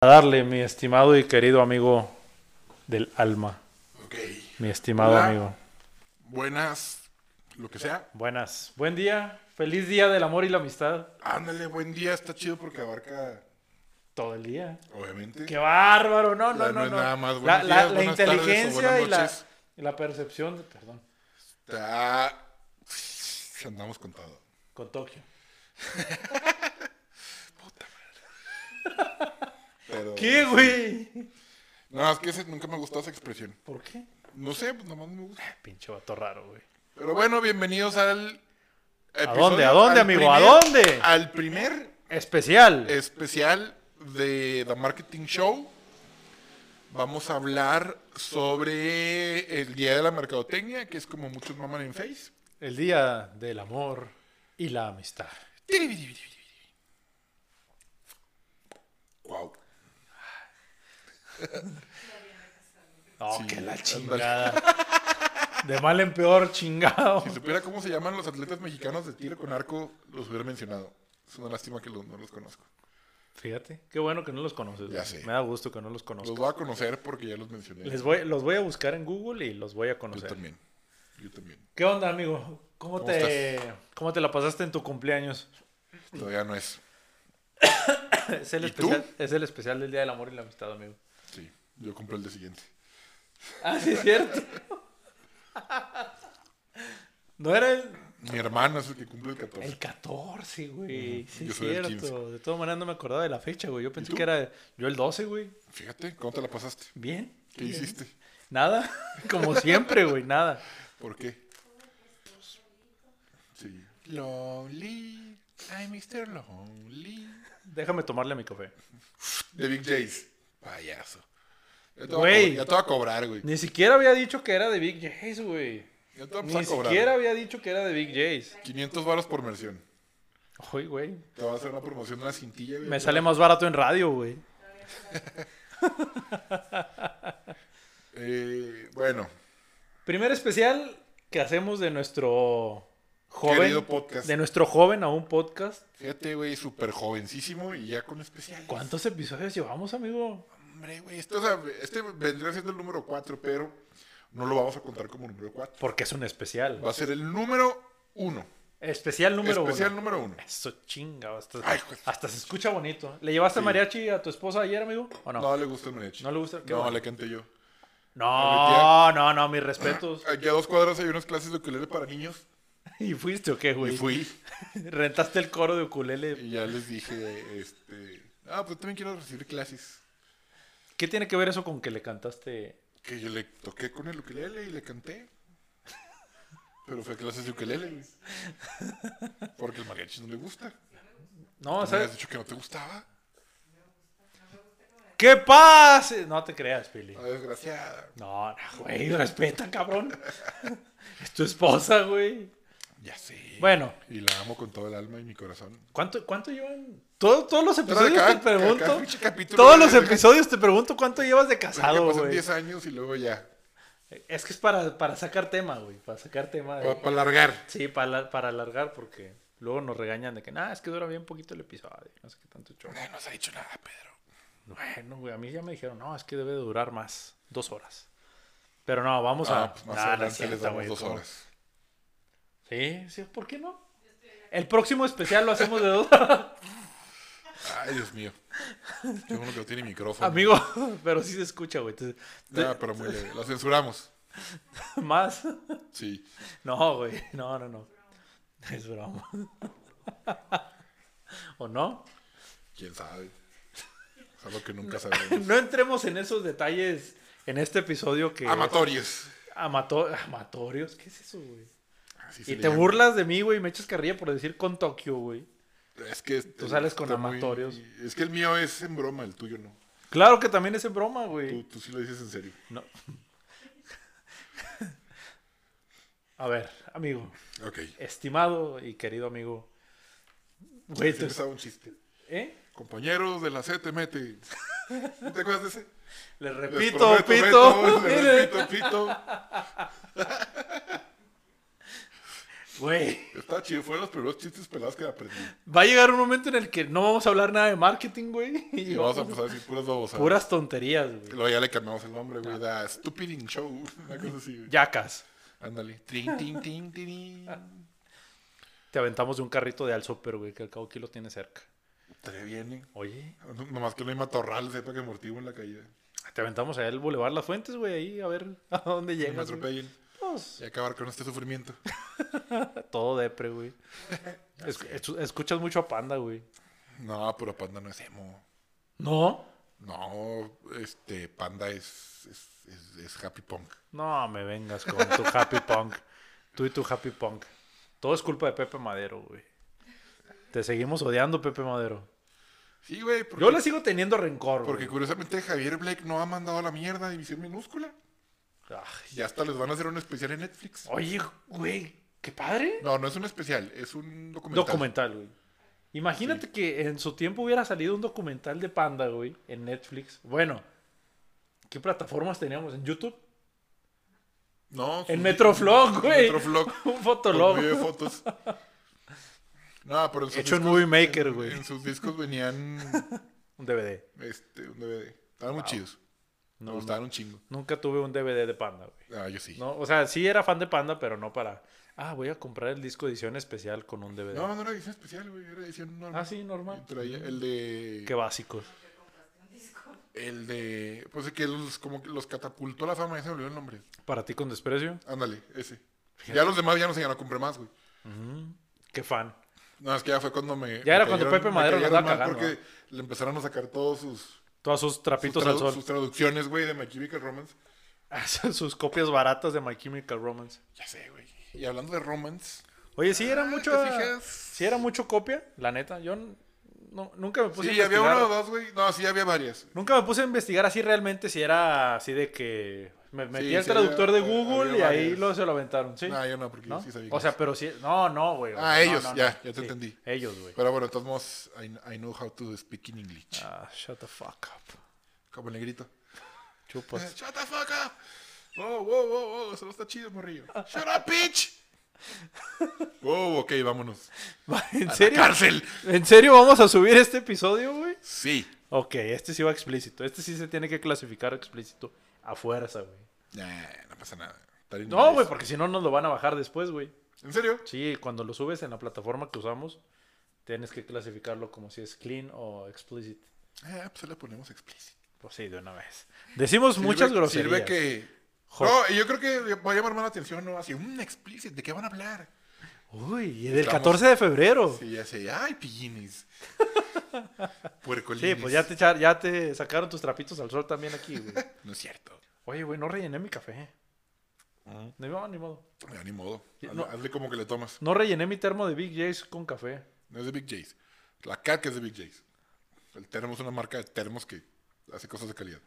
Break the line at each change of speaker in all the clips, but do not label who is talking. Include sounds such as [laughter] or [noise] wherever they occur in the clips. a darle, mi estimado y querido amigo del alma.
Ok.
Mi estimado
Hola.
amigo.
Buenas, lo que sea.
Buenas. Buen día. Feliz día del amor y la amistad.
Ándale, buen día, está chido porque abarca,
Todo el día.
obviamente.
Qué bárbaro. No, no,
Ya
no.
no es
no.
nada más.
La,
Buenos
la-
días,
la
buenas tardes o
inteligencia
buenas
y la,
noches.
y la percepción. de- perdón.
Está... Andamos con todo.
Con Tokio.
Pero...
¿Qué, güey?
No, es que ese- nunca me gustó esa expresión.
¿Por qué?
No sé, pues nomás me gusta.
Pinche vato raro, güey.
Pero bueno, bienvenidos al... episodio-
dónde, a dónde, al amigo? ¿A
primer-
dónde?
Al primer
Especial.
especial de The Marketing Show. Vamos a hablar sobre el Día de la Mercadotecnia, que es como muchos maman en Face.
El día del amor y la amistad.
Wow.
Oh,
Sí,
que la
ándale.
chingada. De mal en peor, chingado.
Si supiera cómo se llaman los atletas mexicanos de tiro con arco, los hubiera mencionado. Es una lástima que los- no los conozco.
Fíjate, qué bueno que no los conoces.
Ya
güey.
sé.
Me da gusto que no los
Los
conozcas.
voy a conocer porque ya los mencioné.
Les voy, los voy a buscar en Google y los voy a
Yo
conocer.
también. Yo también.
¿Qué onda, amigo? ¿Cómo,
¿Cómo
te, ¿Cómo te la pasaste en tu cumpleaños? [laughs]
Todavía no es.
Es el,
¿Y
especial, es el especial del Día del Amor y la Amistad, amigo.
Sí. Yo compré el de siguiente.
Ah, sí, es cierto. [laughs] no era el,
Mi hermano es el que cumple el 14.
el 14, güey. Sí,
Yo
es
soy el
cierto. De todas maneras no me acordaba de la fecha, güey. Yo pensé
tú?
que era yo el 12, güey.
Fíjate, ¿cómo te la pasaste?
Bien.
¿Qué hiciste?
Nada. [laughs] Como siempre, güey. Nada.
¿Por qué? Sí. Lonely. I'm Mr. Lonely.
Déjame tomarle mi café.
De Big Jays. Payaso. Ya te,
Güey.
Voy a cobrar, ya te voy a cobrar, güey.
Ni siquiera había dicho que era de Big J's, güey.
Ya te voy
Ni
a cobrar.
siquiera había dicho que era de Big J's.
500 baros por versión.
Uy, güey.
Te va a hacer una promoción de una cintilla, güey.
Me sale más barato en radio, güey.
Eh, bueno,
Primer especial que hacemos de nuestro joven.
querido podcast.
De nuestro joven a un podcast.
Fíjate, güey, súper jovencísimo y ya con especial.
¿Cuántos episodios llevamos, amigo?
Hombre, güey, esto, o sea, este vendría siendo el número 4, pero no lo vamos a contar como número 4.
Porque es un especial.
Va a ser el número 1.
Especial número
Especial
uno.
número 1.
Eso chinga. Hasta,
Ay, güey.
hasta se escucha bonito. ¿Le llevaste
Sí.
mariachi a tu esposa ayer, amigo? ¿O no?
No. le gusta el mariachi.
¿No le gusta? Qué
No,
bueno.
le canté yo.
No, no, no, mis respetos.
Aquí a dos cuadras hay unas clases de ukulele para niños.
[laughs] ¿Y fuiste o qué, güey?
Y fui
[laughs] Rentaste el coro de ukulele.
y ya les dije, este... Ah, pues yo también quiero recibir clases.
¿Qué tiene que ver eso con que le cantaste?
Que yo le toqué con el ukulele y le canté. Pero fue a clases de ukulele. güey. Porque el mariachi no le gusta.
No,
¿Tú me habías
¿sabes?
dicho que no te gustaba?
¿Qué pase? No te creas, Pili.
Ah, desgraciada.
No, no, güey, respeta,
[laughs]
cabrón. Es tu esposa, güey.
Ya sé.
Bueno.
Y la amo con todo el alma y mi corazón.
¿Cuánto, cuánto llevan? Todo- todos los episodios
cada-
te pregunto.
cada pinche capítulo,
todos
güey,
los
deja-
episodios te pregunto cuánto llevas de
que
casado,
pasan
güey.
10 años y luego ya.
Es que es para, para sacar tema, güey. Para sacar tema de.
Para alargar.
Sí, para, la- para alargar, porque luego nos regañan de que, nada, es que dura bien poquito el episodio, no sé qué tanto show.
No nos ha dicho nada, Pedro.
Bueno, güey, a mí ya me dijeron, no, es que debe de durar más, dos horas. Pero no, vamos
Ah,
a...
pues más
Nah, no es
adelante les
cierto,
damos
güey,
dos
¿cómo?
horas.
Sí, sí, ¿por qué no? El próximo especial lo hacemos de dos [laughs] horas,
Ay, Dios mío. Qué bueno que no tiene micrófono.
amigo, pero sí se escucha, güey. entonces, [laughs]
Ah, pero muy leve. Lo censuramos.
más...
Sí.
No, güey, no, no, no. Es broma. [laughs] ¿O no?
¿Quién sabe? Es algo que nunca sabemos.
No entremos en esos detalles en este episodio que... es-
[laughs] Amatorios.
Amato- amatorios, ¿qué es eso, güey?
Así se
Y
le
te
llama.
burlas de mí, güey, y me echas carrilla por decir con Tokio, güey.
Es que
Tú sales con
está muy-
amatorios.
Es que el mío es en broma, el tuyo no.
Claro que también es en broma,
Tú,
güey.
tú sí lo dices en serio.
No. [laughs] A ver, amigo,
Ok.
estimado y querido amigo. Güey,
Se
tú-
me sabe un chiste.
¿eh?
Compañeros de la C te mete. ¿No te acuerdas de ese?
Le
Les
repito,
prometo
[laughs] pito.
retos, les repito, pito.
Güey.
Está chido, fue de los primeros chistes pelados que aprendí.
Va a llegar un momento en el que no vamos a hablar nada de marketing, güey. [laughs] Y
Y vamos a empezar a decir puras babosadas.
Puras tonterías, güey.
Luego ya le cambiamos el nombre, güey. Da Stupid in Show. Una cosa así, güey.
Yacas.
Ándale. Tin, tin, tin, tin, tin.
Te aventamos de un carrito de al súper, güey, que al cabo aquí lo tiene cerca.
Te viene.
Oye,
No- Nomás que no hay matorral, sepa que amortiguo en la caída.
te aventamos allá al Boulevard Las Fuentes, güey, ahí a ver [laughs] a dónde
Que me
llegas. güey.
atropellen.
Pues,
Y acabar con este sufrimiento.
todo depre, [laughs] güey. Es- es- escuchas mucho a Panda, güey.
No, pero Panda no es emo.
¿No?
No, este, Panda es, es, es- es happy punk.
No me vengas con tu happy punk. [laughs] Tú y tu happy punk. Todo es culpa de Pepe Madero, güey. Te seguimos odiando, Pepe Madero.
Sí, güey, porque,
Yo le sigo teniendo rencor,
porque
güey.
curiosamente Javier Blake no ha mandado a la mierda División Minúscula.
Ay,
Y hasta les van a hacer un especial en Netflix.
Oye, güey, qué padre.
No, no es un especial, es un documental.
Documental, güey. Imagínate que en su tiempo hubiera salido un documental de Panda, güey, en Netflix. Bueno, ¿qué plataformas teníamos? ¿En YouTube? [laughs]
No,
En
sí,
Metroflog,
en
güey. [laughs]
Metroflog.
Un
con
fotolog.
video de fotos. No, pero en sus
Hecho en
discos-
Movie Maker,
en-
güey.
En sus discos venían
Un DVD.
este, un DVD. Estaban muy chidos.
No,
Me gustaban un chingo.
Nunca tuve un DVD de Panda, güey.
Ah, yo sí. No,
No, o sea, sí era fan de Panda, pero no para. Ah, voy a comprar el disco edición especial con un DVD.
no, era edición especial, güey. Era edición normal.
Ah, sí, normal.
Y traía el de.
Qué básicos.
El de. Pues es que los, como que los catapultó a la fama, ya se me olvidó el nombre.
Para ti con desprecio.
Ándale, ese. Ya los demás ya no se ya no compré más, güey.
Qué fan.
No, es que ya fue cuando me.
Ya
me
era cuando Pepe
me
Madero la
cayeron
andaba
mal
cagando,
Porque le empezaron a sacar todos sus.
Todas sus
Sus,
trapitos
tradu-
al sol.
sus traducciones, güey, de My Chemical Romance.
[laughs] Sus... copias baratas de My Chemical Romance.
Ya sé, güey. Y hablando de romance.
Oye, sí era mucho.
Ah, ¿te fijas?
Sí era mucho copia, la neta. Yo n- no- nunca me puse
Sí,
a
había
pues investigar.
uno o dos, güey. No, sí, había varias.
Nunca me puse a investigar así realmente si era así de que. Me metí
Sí,
el
sí,
traductor de
había-
Google
había
y ahí
varios. Ah,
lo, se lo aventaron, ¿sí?
No, yo no, porque
¿No?
yo sí sabía.
o
inglés.
sea, pero sí. No, no, güey. o
Ah,
sea, no,
ellos,
no, no.
ya, ya te
Sí,
entendí.
Ellos, güey.
Pero bueno, de todos modos, I, I know how to speak in English.
Ah, shut the fuck up.
Como el negrito.
Chupas.
Shut the fuck up. Wow, wow, wow, wow. Eso no está chido, morrillo. Shut up, bitch.
[laughs]
wow, ok, vámonos.
[laughs] ¿En
¿En
serio?
¡Cárcel!
¿En serio vamos a subir este episodio, güey?
Sí.
Ok, este sí va explícito. Este sí se tiene que clasificar explícito a fuerza, güey.
Nah, no pasa nada. Está bien
No,
inglés.
güey, porque si no nos lo van a bajar después, güey.
¿En serio?
Sí, cuando lo subes en la plataforma que usamos, tienes que clasificarlo como si es clean o explicit.
Ah, pues le ponemos explícito.
Pues sí, de una vez. Decimos
Sirve-
muchas groserías.
Sirve que.
Jo-
No, y yo creo que va a llamar más la atención, ¿no? Así, un explícito, ¿de qué van a hablar?
Uy, y del
Estamos-
14 de febrero. Sí,
Sí, ya sé.
[laughs]
¡Ay, pillines! Puercolines.
pues ya te, echar- ya te sacaron tus trapitos al sol también aquí, güey.
No es cierto.
[laughs] Oye, güey, no rellené mi café. Ni modo, ni modo.
Ya, ni modo.
Sí,
Hazle,
no.
hazle como que le tomas.
No rellené mi termo de Big J's con café.
No es de Big J's. La cat que es de Big J's. El termo es una marca de termos que hace cosas de calidad.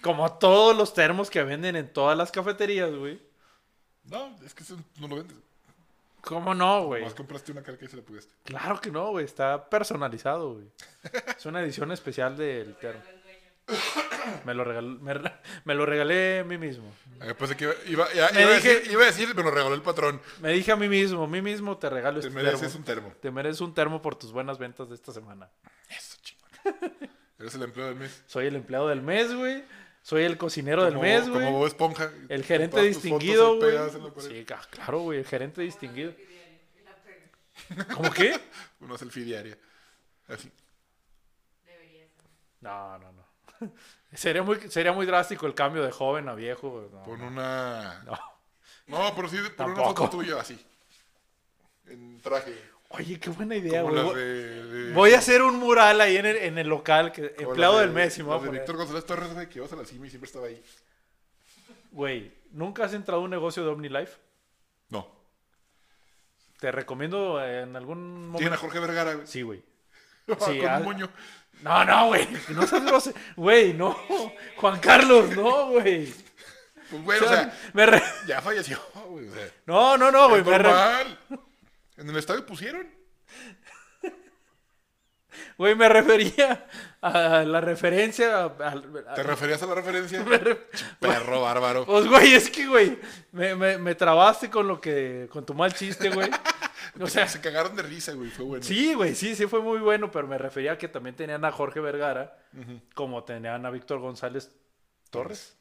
Como todos los termos que venden en todas las cafeterías, güey.
No, es que eso no lo vendes.
¿Cómo no, güey?
Más compraste una cat que se la pudiste.
Claro que no, güey. Está personalizado, güey. Es una edición especial del termo. Me lo, regaló, me, re- me lo regalé a mí mismo.
Ah, yo pensé que iba, iba- ya-
Me
iba a
dije-
decir, iba a decir, me lo regaló el patrón.
Me dije a mí mismo, a mí mismo te regalo
Te
este
mereces
termo.
un termo.
Te mereces un termo por tus buenas ventas de esta semana.
Eso,
[laughs]
chingón. Eres el empleado del mes.
Soy el empleado del mes, güey. Soy el cocinero del
Como-
mes, güey.
Como Bob Esponja.
El gerente
Todas tus fotos
distinguido,
ahí
güey.
pegadas en la pared.
Sí, ca- claro, güey, el gerente distinguido. ¿Cómo qué?
Una selfie diaria. Así.
No, no, no. [laughs] Sería muy, sería muy drástico el cambio de joven a viejo. güey, no.
Pon una.
No.
No, pero sí, pon una
Tampoco.
foto tuya así. En traje.
Oye, qué buena idea,
como
güey.
las
Voy-
de- de-
Voy a hacer un mural ahí en el, en el local, que,
como
empleado
las de-
del mes, y me voy a
las de
poner.
Víctor González Torres, güey, que ibas a la cima y siempre estaba ahí.
Güey, ¿nunca has entrado a un negocio de OmniLife?
No.
Te recomiendo eh, en algún momento.
Tiene a Jorge Vergara, güey.
Sí, güey. Sí,
[laughs] Con
ah.
un moño.
No, no, güey. No seas grosero. Güey, no. Juan Carlos, no, güey.
Pues, güey, o sea,
me re-
ya falleció, güey. O sea,
No, no, no, güey.
es
me re-
normal. En el estadio pusieron.
Güey, me refería a la referencia. a- al- a-
¿Te referías a la referencia?
Ah, me re-
Perro
[laughs]
bárbaro.
Pues, güey, es que, güey, me, me, me trabaste con lo que. con tu mal chiste, [laughs] güey. [laughs] O sea,
se cagaron de risa, güey. Fue bueno.
sí, güey, sí, sí fue muy bueno, pero me refería a que también tenían a Jorge Vergara,
Ujú.
como tenían a Víctor González Torres.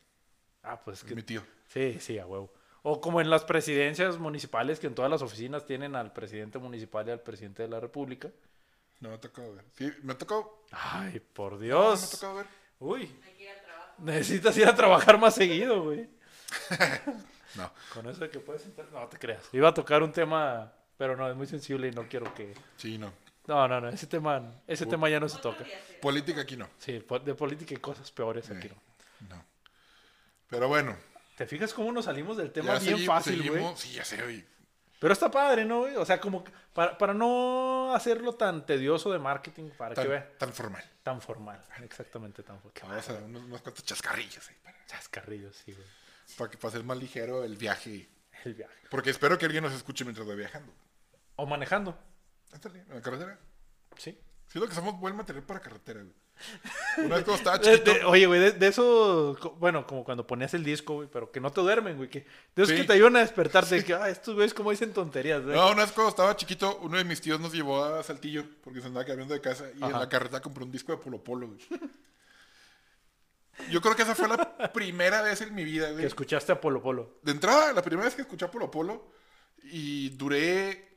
Ah, pues que.
Mi tío.
Sí, sí, a huevo. O como en las presidencias municipales, que en todas las oficinas tienen al presidente municipal y al presidente de la República.
No me ha tocado ver. Sí, me ha tocado.
Ay, por
No Ah, me ha
Dios.
tocado ver.
Uy. Necesitas ir a trabajar más seguido, güey.
No.
Con eso de que puedes entrar. No te creas. Iba a tocar un tema, pero no, es muy sensible y no quiero que.
Sí, no.
No, no, no. Ese tema, ese tema ya no se toca.
Política aquí no.
Sí, po- de política y cosas peores aquí.
Sí.
¿no?
No. Pero bueno.
¿Te fijas cómo nos salimos del tema
Ya
bien
segui-
fácil, güey?
seguimos. Sí, ya sé, güey.
Pero está padre, ¿no, güey? O sea, como que para, para no hacerlo tan tedioso de marketing, para que vea
Tan, tan formal.
tan formal. Exactamente tan formal. Qué
Vamos a dar unos, unos cuantos chascarrillos ahí para,
Chascarrillos, sí, güey.
para que pase más ligero el viaje.
El viaje.
Porque espero que alguien nos escuche mientras va viajando.
O manejando,
Ándale, en la carretera.
¿sí?
Siento que somos buen material para carretera, güey. Una vez
[laughs]
cuando estaba
De-
Ah, chiquito.
Eh, de- oye, güey, de, de eso, co- bueno, como cuando ponías el disco, güey, pero que no te duermen, güey, que de esos
[laughs] Sí.
que te ayudan a despertarte, que, ah, estos güeyes como dicen tonterías, güey.
No, una vez cuando estaba chiquito, uno de mis tíos nos llevó a Saltillo porque se andaba cambiando de casa y en
Ajá.
la carretera compró un disco de Polo Polo, güey. Yo creo que esa fue la [laughs] primera vez en mi vida,
Que
güey.
escuchaste a Polo Polo.
De entrada, la primera vez que escuché a Polo Polo y duré.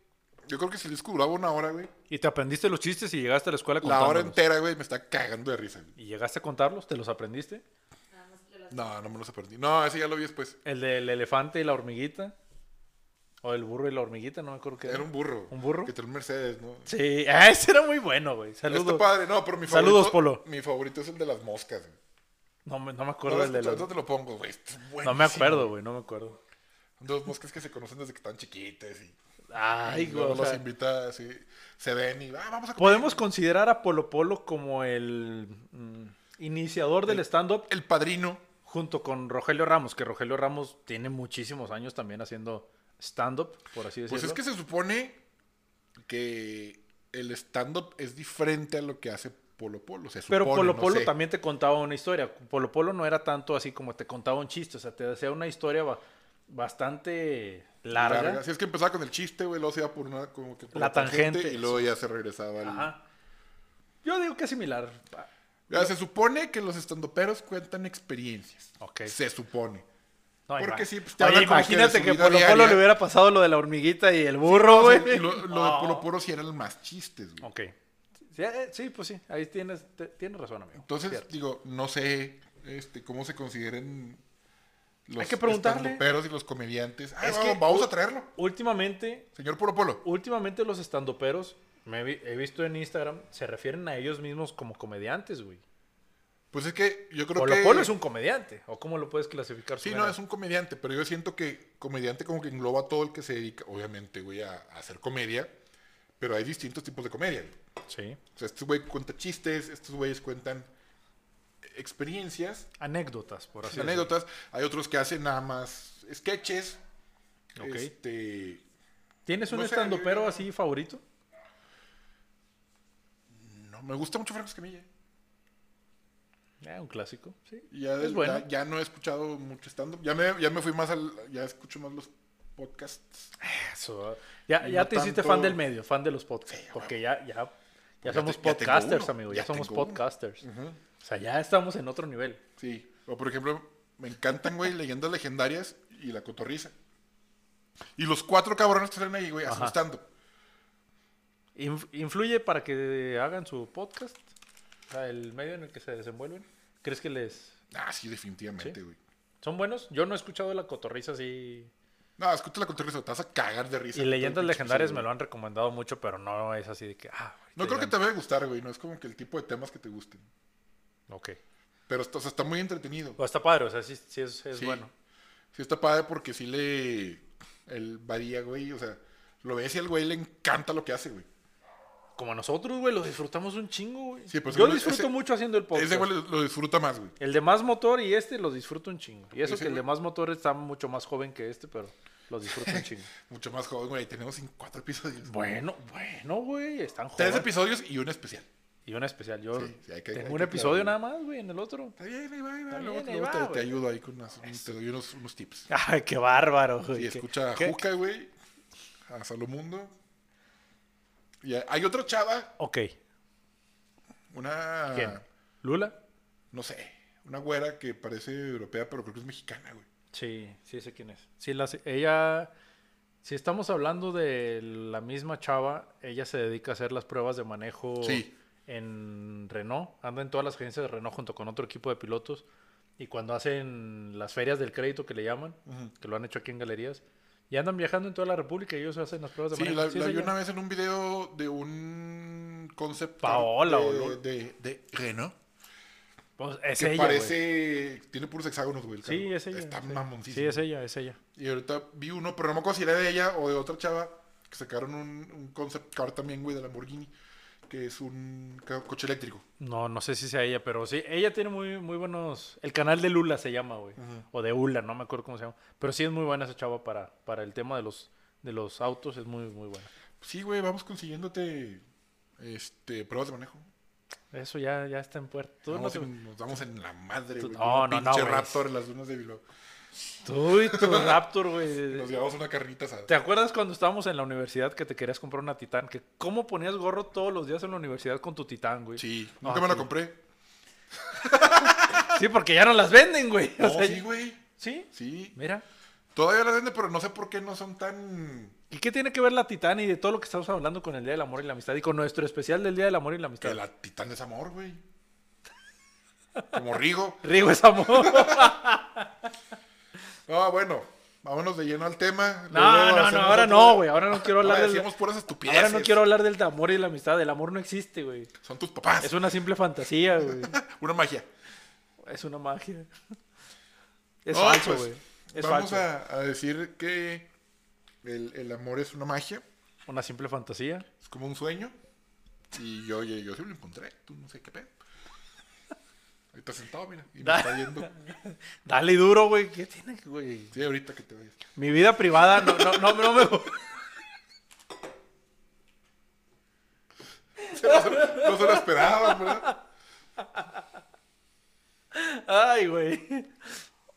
Yo creo que si el disco duraba una hora, güey.
Y te aprendiste los chistes y llegaste a la escuela
La hora
contándolos.
entera, güey, me está cagando de risa, güey.
y llegaste a contarlos, te los aprendiste.
No, no me los aprendí. No, ese ya lo vi después.
El del elefante y la hormiguita. O el burro y la hormiguita, no me acuerdo qué.
Era un burro.
¿Un burro?
Que tenía un Mercedes, ¿no?
Sí, ah, ese era muy bueno, güey.
Está
Saludos.
padre, no, pero mi favorito.
Saludos, Polo.
Mi favorito es el de las moscas, güey.
No me, no me
No,
acuerdo del de
escucha,
los-
no te lo pongo, güey. Está
No me
buenísimo.
acuerdo, güey, no me acuerdo.
Dos moscas que se conocen desde que están chiquitas y
Ay, güey.
luego
o
los
sea,
invita así, se ven y "Ah, vamos a comer".
Podemos considerar a Polo Polo como el mm, iniciador del stand-up
El padrino,
junto con Rogelio Ramos, que Rogelio Ramos tiene muchísimos años también haciendo stand-up, por así decirlo.
pues es que se supone que el stand-up es diferente a lo que hace Polo Polo. Se
Pero
supone,
Polo
no
Polo
sé.
también te contaba una historia. Polo Polo no era tanto así como te contaba un chiste, o sea, te hacía una historia ba- bastante larga.
Si es que empezaba con el chiste, güey, luego se iba por una como que por
La tangente,
y luego ya se regresaba. al-
Ajá. Yo digo que es similar.
Ya, se supone que los estandoperos cuentan experiencias.
Ok.
Se supone.
No,
Porque
ima-
sí, pues, te
Oye,
hablan como que de
imagínate
su
que
vida
Polo Polo
diaria.
le hubiera pasado lo de la hormiguita y el burro,
O sea,
güey.
y lo, lo de
No.
Polo Polo sí eran más chistes, güey.
Ok. Sí, eh, sí, pues sí, ahí tienes, te- tienes razón, amigo.
Entonces,
Cierto.
digo, no sé este, cómo se consideren los
Hay que preguntarle.
estandoperos y los comediantes. Ah,
Es
vamos,
que-
vamos a traerlo.
últimamente,
Señor Polo Polo.
últimamente los estandoperos, me vi- he visto en Instagram, se refieren a ellos mismos como comediantes, güey.
Pues es que yo creo
Polo
que...
Polo es un comediante, o cómo lo puedes clasificar.
Sí,
su
no,
manera?
es un comediante, pero yo siento que comediante como que engloba todo el que se dedica, obviamente, güey, a, a hacer comedia, pero hay distintos tipos de comedia. güey.
Sí.
O sea, estos güeyes cuentan chistes, estos güeyes cuentan experiencias,
Anécdotas, por así decirlo.
anécdotas. Hay otros que hacen nada más sketches.
Ok.
Este,
¿Tienes un
No sé,
estandopero
yo-
así favorito?
no, me gusta mucho Franco Escamilla.
Eh, un clásico, sí.
Ya,
Es bueno.
ya, ya no he escuchado mucho stand-up. Ya me, ya me fui más al. Ya escucho más los podcasts.
Eso, ah. Ya,
Y
ya
no
te hiciste
tanto-
fan del medio, fan de los podcasts.
Sí,
porque ya, ya, ya
Ya
somos
te- ya tengo
podcasters,
uno,
amigo. Ya,
ya
somos
tengo uno.
podcasters. O sea, ya estamos en otro nivel.
Sí. O por ejemplo, me encantan, güey, leyendas legendarias y la cotorriza. Y los cuatro cabrones que salen ahí, güey, hacen
Ajá.
stand-up.
Inf- ¿Influye para que hagan su podcast? O sea, el medio en el que se desenvuelven. ¿Crees que les...
Ah, sí, definitivamente, güey.
¿Son buenos? Yo no he escuchado la cotorriza así.
No, escucha la cotorriza, te vas a cagar de risa.
Y leyendas legendarias me lo han recomendado mucho, pero no es así de que... Ah, ahorita
No creo que
digan-
te vaya a gustar, güey. No es como que el tipo de temas que te gusten.
Ok.
Pero está, o sea, está muy entretenido.
O está padre, o sea, sí, sí es, es
Sí.
bueno.
Sí, está padre porque sí le. El varía, güey. O sea, lo ves y al güey le encanta lo que hace, güey.
Como nosotros, güey, lo disfrutamos un chingo, güey.
Sí, pues,
Yo
ese-
disfruto
ese-
mucho haciendo el podcast.
Ese güey lo, lo disfruta más, güey.
El de más motor y este los disfruto un chingo. Y eso
Ese
que el de
güey.
más motor está mucho más joven que este, pero los disfruto un
[laughs]
chingo.
Mucho más joven, güey. Tenemos en cuatro episodios.
bueno, bueno, güey, están
Tres
jóvenes.
episodios y un especial.
Y una especial. Yo
Sí, sí, hay que- hay
tengo
que
un episodio
aclararlo.
nada más, güey, en el otro. [laughs]
Está bien, ahí va, ahí va.
Está
luego
bien, ahí
luego te-
va,
te,
güey.
ayudo ahí con unas, te doy unos, unos tips.
Ay, qué bárbaro, güey.
Y
qué-
escucha a
qué-
Juca, güey. A Salomundo. Y hay- hay otra chava,
Ok.
una.
¿Quién? ¿Lula?
No sé. Una güera que parece europea, pero creo que es mexicana, güey.
Sí, sí sé quién es. Sí, la sé- ella, si estamos hablando de la misma chava, ella se dedica a hacer las pruebas de manejo
Sí.
en Renault, anda en todas las agencias de Renault junto con otro equipo de pilotos y cuando hacen las ferias del crédito que le llaman, que lo han hecho aquí en galerías, y andan viajando en toda la República y ellos hacen las pruebas de
Sí,
manejo.
la,
Sí, es
la vi
ella.
una vez en un video de un concepto.
Paola,
de,
boludo.
de, de Renault.
Pues, es
que
ella, güey.
parece. Tiene puros hexágonos, güey. el
Sí,
carro.
es ella.
Está
sí.
mamoncísimo.
Sí, es ella, es ella.
Y ahorita vi uno, pero no me acuerdo si era de ella o de otra chava, que sacaron un, un concept car también, güey, de Lamborghini, que es un ca- coche eléctrico.
No, no sé si sea ella, pero sí, ella tiene muy, muy buenos. El canal de Lula se llama, güey. O de Ula, no me acuerdo cómo se llama. Pero sí es muy buena esa chava para, para el tema de los, de los autos, es muy, muy buena.
Sí, güey, vamos consiguiéndote este, pruebas de manejo.
Eso ya, ya está en puerto. Tú, no
Vamos
te-
en- nos damos en la madre,
Tú-
güey.
no,
un
no, no,
pinche
güey.
Raptor en las dunas de Bilbao.
tú y tu Raptor,
Nos
güey.
llevamos una carnita asada.
Eh, ¿Te acuerdas cuando estábamos en la universidad que te querías comprar una Titán? Que cómo ponías gorro todos los días en la universidad con tu Titán, güey.
Sí,
Ah,
nunca me la
sí.
compré.
Sí, porque ya no las venden, güey. [laughs] O
No,
sea,
sí, güey.
¿sí?
Sí.
Mira.
Todavía las venden, pero no sé por qué no son tan...
¿Y qué tiene que ver la Titán y de todo lo que estamos hablando con el Día del Amor y la Amistad y con nuestro especial del Día del Amor y la Amistad?
Que la titán es amor, güey. Como Rigo.
Rigo es
[laughs]
amor.
Ah, bueno, vámonos de lleno al tema.
No, no, no, ahora no, güey. Ahora no quiero
Ahora
hablar del.
decimos puras estupideces.
Ahora no quiero hablar del amor y la amistad. El amor no existe, güey.
Son tus papás.
Es una simple fantasía, güey.
Una magia.
Es una magia. Es
No,
falso,
pues,
güey. es
Vamos
falso.
a, a decir que el, el amor es una magia.
Una simple fantasía.
Es como un sueño. Y yo, yo, yo sí lo encontré. Tú no sé qué pedo. Ahí está sentado, mira. Y
[laughs]
me está yendo.
Dale duro, güey. ¿Qué tiene, güey?
Sí, ahorita que te vayas. [laughs]
Mi vida privada no, no, no, no me. [laughs]
No se, no se lo esperaban, ¿verdad?
Ay, güey.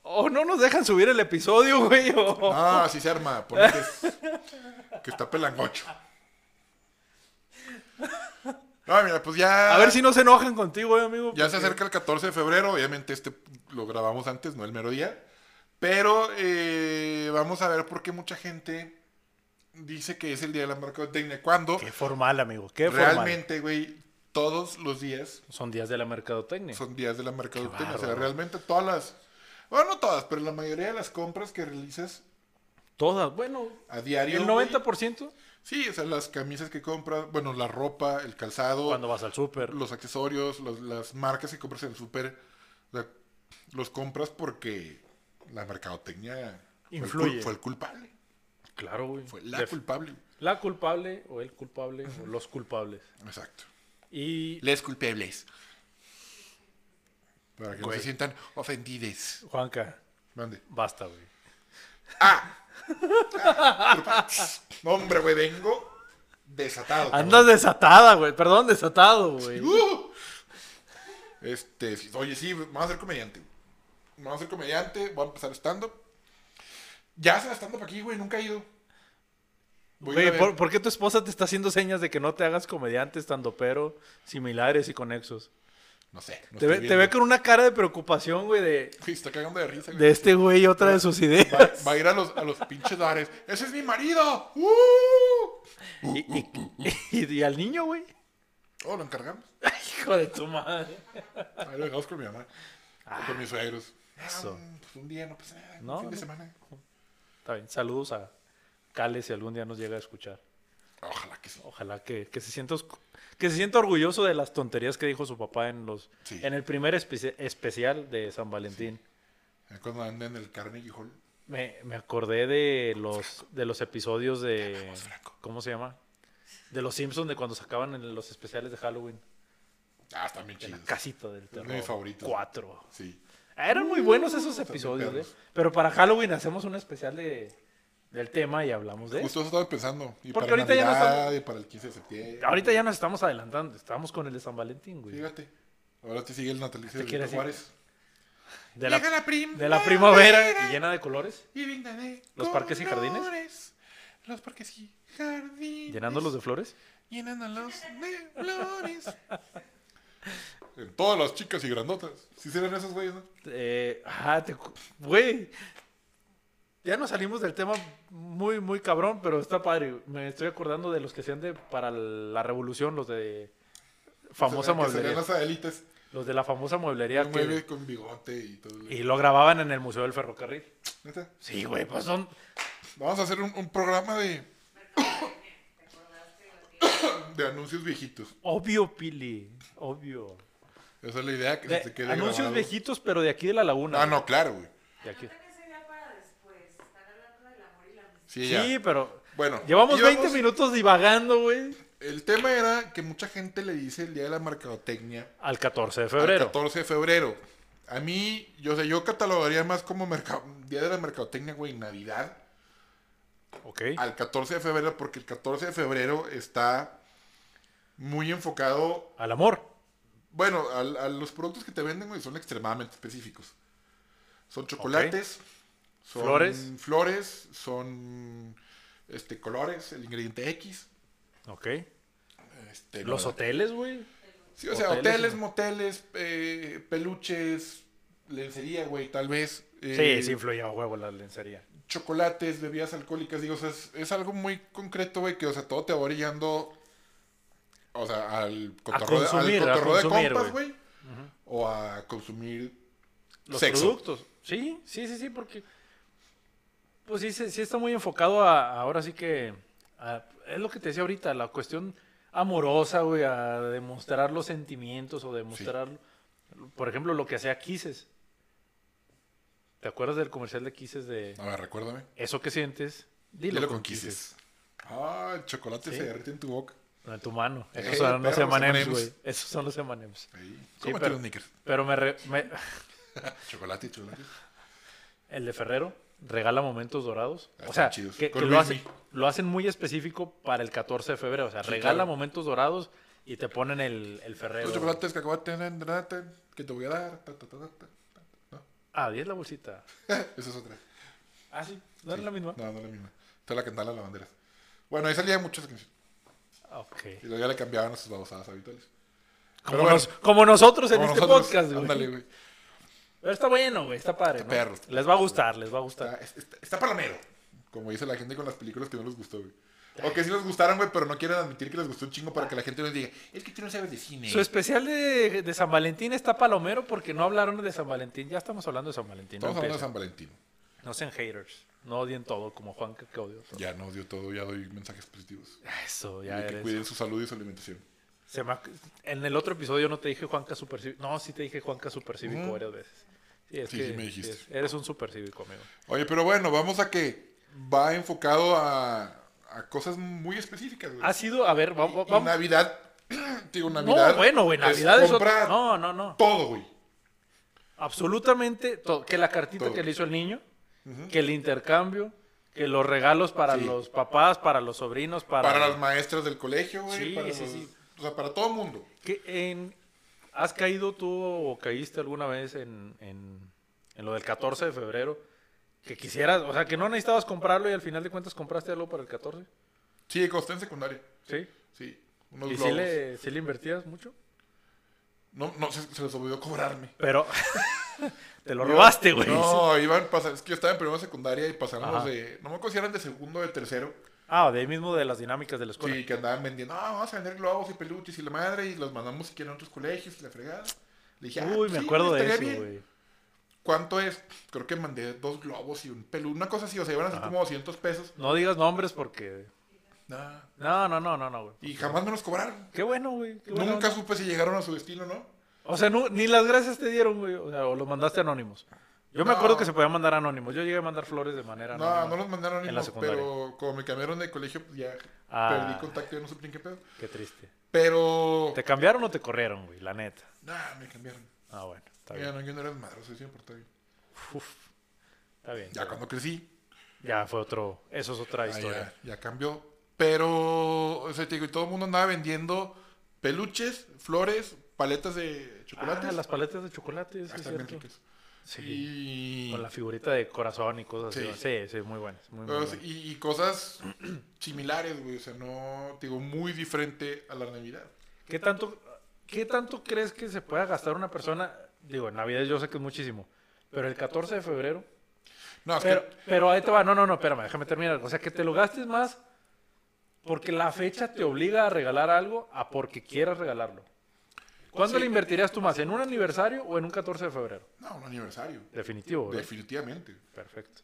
O no nos dejan subir el episodio, güey. o-
Ah, así se arma. Ponle que, es- que está pelangocho. Ah, mira, pues ya.
A ver si no se enojan contigo, eh, amigo.
Ya se
porque-
acerca el 14 de febrero, obviamente este lo grabamos antes, no el mero día. Pero eh, vamos a ver por qué mucha gente dice que es el día de la mercadotecnia. Cuando
Qué formal, amigo. Qué formal.
realmente, güey, todos los días
Son días de la mercadotecnia.
son días de la mercadotecnia. O sea,
bárbaro.
realmente todas las. Bueno, no todas, pero la mayoría de las compras que realizas
Todas. Bueno,
a diario.
el
güey,
90%.
sí, o sea, las camisas que compras, bueno, la ropa, el calzado.
Cuando vas al súper.
los accesorios, los- las marcas que compras en el súper, la- los compras porque la mercadotecnia fue el cul-
Influye.
Fue el culpable.
Claro, güey.
Fue la
Def-
culpable.
la culpable o el culpable o los culpables.
Exacto.
Y
Les culpables. Para que
Güey.
no se sientan ofendides.
Juanca,
Mande.
basta, güey.
¡Ah! Ah, [laughs] no, hombre, güey, vengo desatado.
Andas desatada, güey. Perdón, desatado, güey.
cabrón. ¡Uh! Este, sí, oye, sí, vamos a ser comediante. güey. Vamos a ser comediante, voy a empezar stand-up. Ya hacen stand-up aquí, güey, nunca he ido. Voy a ir
Güey,
a ver.
¿por, por qué tu esposa te está haciendo señas de que no te hagas comediante, estando pero similares y conexos?
No sé. no
Te
estoy
ve, te ve
viendo.
con una cara de preocupación, güey, de,
Uy, está cagando de risa, güey.
de este güey y otra de sus ideas.
Va, va a ir a los, a los pinches bares. ¡Ese es mi marido! ¡Uh!
[laughs] Y, y- y- y al niño, güey.
Oh, lo encargamos.
Hijo de tu madre.
Ahí lo dejamos con mi mamá. o con mis suegros.
eso.
Ah, pues un día no pasa nada.
No,
un fin de
no.
semana.
Está bien. Saludos a Cale si algún día nos llega a escuchar.
Ojalá que sí.
Ojalá que, que se sienta oscu- que se sienta orgulloso de las tonterías que dijo su papá en los
Sí.
en el primer espe- especial de San Valentín.
Cuando anden en el Carnegie Hall.
Me, me acordé de los de los episodios de
amamos, Franco.
¿cómo se llama? De los Simpsons de cuando sacaban en los especiales de Halloween.
Ah, están bien
De
chidos.
la casita del terror.
mis favoritos.
Cuatro.
Sí.
Ah, Eran muy buenos esos
están bien
episodios,
perros.
¿eh? Pero para Halloween hacemos un especial de, del tema y hablamos de eso.
Justo eso estaba pensando. Y
Porque
para
ahorita ya no Ah.
Navidad,
estamos-
y para el 15 de septiembre.
Ahorita ya nos estamos adelantando. Estamos con el de San Valentín, güey.
Fíjate. Ahora te sigue el natalicio
¿Te
de
quiere
Benito
decir?
Juárez.
De la,
Llega prim-
de la primavera y llena de colores.
y digna de
¿Los parques y jardines?
colores. Los parques y jardines.
Llenándolos de flores.
Llenándolos de flores. En todas las chicas y grandotas. Si serán esos güeyes, ¿no?
Eh, ajá, te cu- güey. Ya nos salimos del tema muy, muy cabrón, pero está padre. güey. Me estoy acordando de los que sean de para la revolución, los de famosa
Que
mueblería.
Serían las adelitas.
Los de la famosa mueblería
Un
que-
mueve con bigote y todo. el-
y lo grababan en el Museo del Ferrocarril.
¿Neta?
Sí, güey, pues son.
Vamos a hacer un, un programa de. [coughs] de anuncios viejitos.
Obvio, Pili. Obvio.
Esa es la idea que
De-
se quede
anuncios
grabado.
viejitos, pero de aquí de la laguna.
Ah,
güey.
no, claro, güey.
De aquí.
Creo que esa idea para después. Están hablando del amor y la amistad.
Sí, ya.
Sí, pero.
Bueno,
Llevamos
íbamos-
20 minutos divagando, güey.
El tema era que mucha gente le dice el día de la mercadotecnia
Al 14 de
al
febrero.
14 de febrero. A mí, yo sé, yo catalogaría más como merca- día de la mercadotecnia, güey, Navidad.
Ok.
Al 14 de febrero, porque el 14 de febrero está muy enfocado,
Al amor.
bueno, al- a, los productos que te venden, güey, son extremadamente específicos. Son chocolates, son
Flores.
flores, son este, colores, el ingrediente X.
Ok.
Este,
Los
no,
hoteles, güey.
Sí, o sea,
Hoteles,
hoteles,
¿no?
moteles, eh, peluches, lencería, güey, tal vez. eh,
Sí, sí influye a huevo la lencería.
Chocolates, bebidas alcohólicas, digo, o sea, es, es algo muy concreto, güey, que, o sea, todo te va orillando, o sea, al cotorreo, de- al
consumir, a
cotorreo
consumir,
de compas,
güey.
güey, o a consumir
Los
sexo.
productos. Sí, sí, sí, sí, porque. Pues sí, sí, sí está muy enfocado a. Ahora sí que. a- es lo que te decía ahorita, la cuestión amorosa, güey, a demostrar los sentimientos o demostrar. Por ejemplo, lo que hacía Kisses. ¿Te acuerdas del comercial de Kisses de.
A ver, recuérdame.
Eso que sientes, dilo,
Dilo
con,
con
Kisses.
quises. Ah, el chocolate
Sí.
se derrite en tu boca.
No, en tu mano. Esos
Eh,
son los
perro, los
M&M's,
M&Ms.
güey. Esos son los M&M's.
Ahí.
Sí,
Cómete
pero- [laughs]
los Snickers.
Pero me, re- me-
Chocolate, chocolate.
El de Ferrero regala momentos dorados.
Ah,
O
están
sea,
chidos.
que,
Con
que lo,
Luismi.
hacen, lo hacen muy específico para el 14 de febrero. O sea,
Sí,
regala
claro.
momentos dorados y te ponen el, el Ferrero.
Los chocolates, cacahuates, nan, nan, nan, que te voy a dar. ta, ta, ta, ta, [laughs] ta.
Ah, 10 la bolsita.
Esa es otra.
Ah, sí. No es
Sí.
la misma.
No, no es la misma. Esta es la cantada de las banderas. Bueno, ahí salía mucho esa canción.
Ah, Ok.
Y luego ya le cambiaban a sus babosadas habituales.
Como,
bueno,
nos- como nosotros en
Como
este
nosotros,
podcast, güey.
Ándale, güey.
Pero está bueno, güey. Está padre.
Está
¿no?
perro, está
Les va a gustar, les va a gustar.
Está, Ah, es- está, está palomero. Como dice la gente con las películas que no les gustó, güey. O que sí les gustaron, güey, pero no quieren admitir que les gustó un chingo para que la gente les diga, es que tú no sabes de cine.
Su especial de, de San Valentín está palomero porque no hablaron de San Valentín. Ya estamos hablando de San Valentín. No,
Estamos hablando de
empiecen.
San Valentín.
No sean haters. No odien todo como Juan que, que odió todo.
Ya no dio todo, ya doy mensajes positivos.
Eso,
Y
ya
de que
eres.
cuiden su salud y su alimentación.
Se me ac- En el otro episodio no te dije Juanca Supercívico. No, sí te dije Juanca Supercívico
Ujú.
varias veces. Sí, es
Sí,
que
sí me dijiste.
es- eres un supercívico, amigo.
Oye, pero bueno, vamos a que va enfocado a, a cosas muy específicas, güey.
Ha sido, a ver, Ah, vamos.
Pues, Y Navidad, [clears throat] digo, Navidad.
No, bueno, güey,
es
Navidad es
compra
otra. No, no, no.
todo, güey.
Absolutamente todo. Que la cartita
Todo.
que le hizo el niño, que el intercambio, que los regalos para
Sí.
los papás, para los sobrinos, para.
Para, las maestras del colegio, güey.
Sí,
para
sí,
los-
sí.
O sea, para todo el mundo.
¿Qué- en- ¿Has caído tú o caíste alguna vez en, en- en lo del 14 de febrero? Que quisieras, o sea, que no necesitabas comprarlo y al final de cuentas compraste algo para el 14.
Sí, cuando está en secundaria.
Sí.
Sí. Unos
¿Y
globos.
si le, sí le invertías mucho?
No, no, se, se les olvidó cobrarme.
[laughs] Pero te lo robaste, güey.
No, iban pasando. Es que yo estaba en primero de secundaria y pasaron los
Ajá.
de. No me acuerdo si eran de segundo o de tercero.
Ah, de ahí mismo de las dinámicas de la escuela.
Sí, que andaban vendiendo. Ah, vamos a vender globos y peluches y la madre. Y los mandamos si quieren a otros colegios y la fregada. Le dije, ah,
Uy,
pues
me
sí,
acuerdo de
estaría
eso,
bien.
güey.
¿Cuánto es? Creo que mandé dos globos y un peluche. Una cosa así, o sea, iban a ser
Ajá.
como 200 pesos.
No digas nombres porque...
Nah.
No, no, no, no, no, güey.
Y jamás me los cobraron.
Qué bueno, güey. qué buena
Nunca
onda.
supe si llegaron a su destino, ¿no?
O sea, nu- ni las gracias te dieron, güey. O sea, o los mandaste anónimos. Yo me
No.
acuerdo que se podía mandar anónimos. Yo llegué a mandar flores de manera
No,
anónima.
no los mandaron
En la
anónimos,
secundaria.
pero como me cambiaron de colegio, pues ya
Ah.
perdí contacto y no supe en qué pedo.
Qué triste.
Pero.
¿Te cambiaron o te corrieron, güey? La neta.
Nah, me cambiaron.
Ah, bueno. Está
Ya
bien.
no, yo no era madroso, yo sí me portaba bien.
Uf. Está bien.
Ya cuando crecí,
Ya fue otro. Eso es otra
Ah,
historia.
ya, ya cambió. Pero, o sea, te digo, y todo el mundo andaba vendiendo peluches, flores, paletas de chocolates.
Ah, las paletas de chocolate. Sí,
Ah,
es
están bien
cierto.
ricas.
Sí.
Y-
Con la figurita de corazón y cosas
Sí.
así. Sí, sí, muy buenas. Muy, muy
o
buenas.
sea, y, y cosas similares, güey. O sea, no, te digo, muy diferente a la Navidad.
¿Qué tanto, ¿Qué tanto crees que se pueda gastar una persona? Digo, en Navidad yo sé que es muchísimo. Pero el 14 de febrero.
No, es
Pero,
que
pero ahí te va. No, no, no, espérame, déjame terminar. O sea, que te lo gastes más porque la fecha te obliga a regalar algo a porque quieras regalarlo. ¿Cuándo le invertirías tú más? ¿En un aniversario o en un 14 de febrero?
no, un aniversario.
Definitivo, ¿verdad?
Definitivamente.
Perfecto.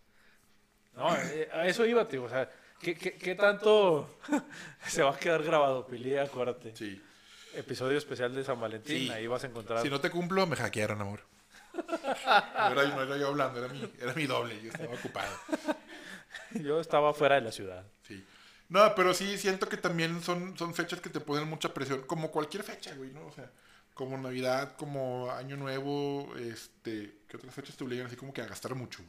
No, eh, a eso iba, tío. O sea, ¿qué, qué, qué tanto [laughs] se va a quedar grabado, Pili? Acuérdate.
Sí.
Episodio especial de San Valentín.
Sí.
Ahí vas a encontrar.
Si no te cumplo, me hackearon, amor. [laughs] No era, no era yo hablando, era mi, era mi doble. Yo estaba ocupado.
Yo estaba fuera de la ciudad.
Sí. No, pero sí siento que también son, son fechas que te ponen mucha presión, como cualquier fecha, güey, ¿no? O sea, como Navidad, como Año Nuevo, este, ¿qué otras fechas te obligan así como que a gastar mucho?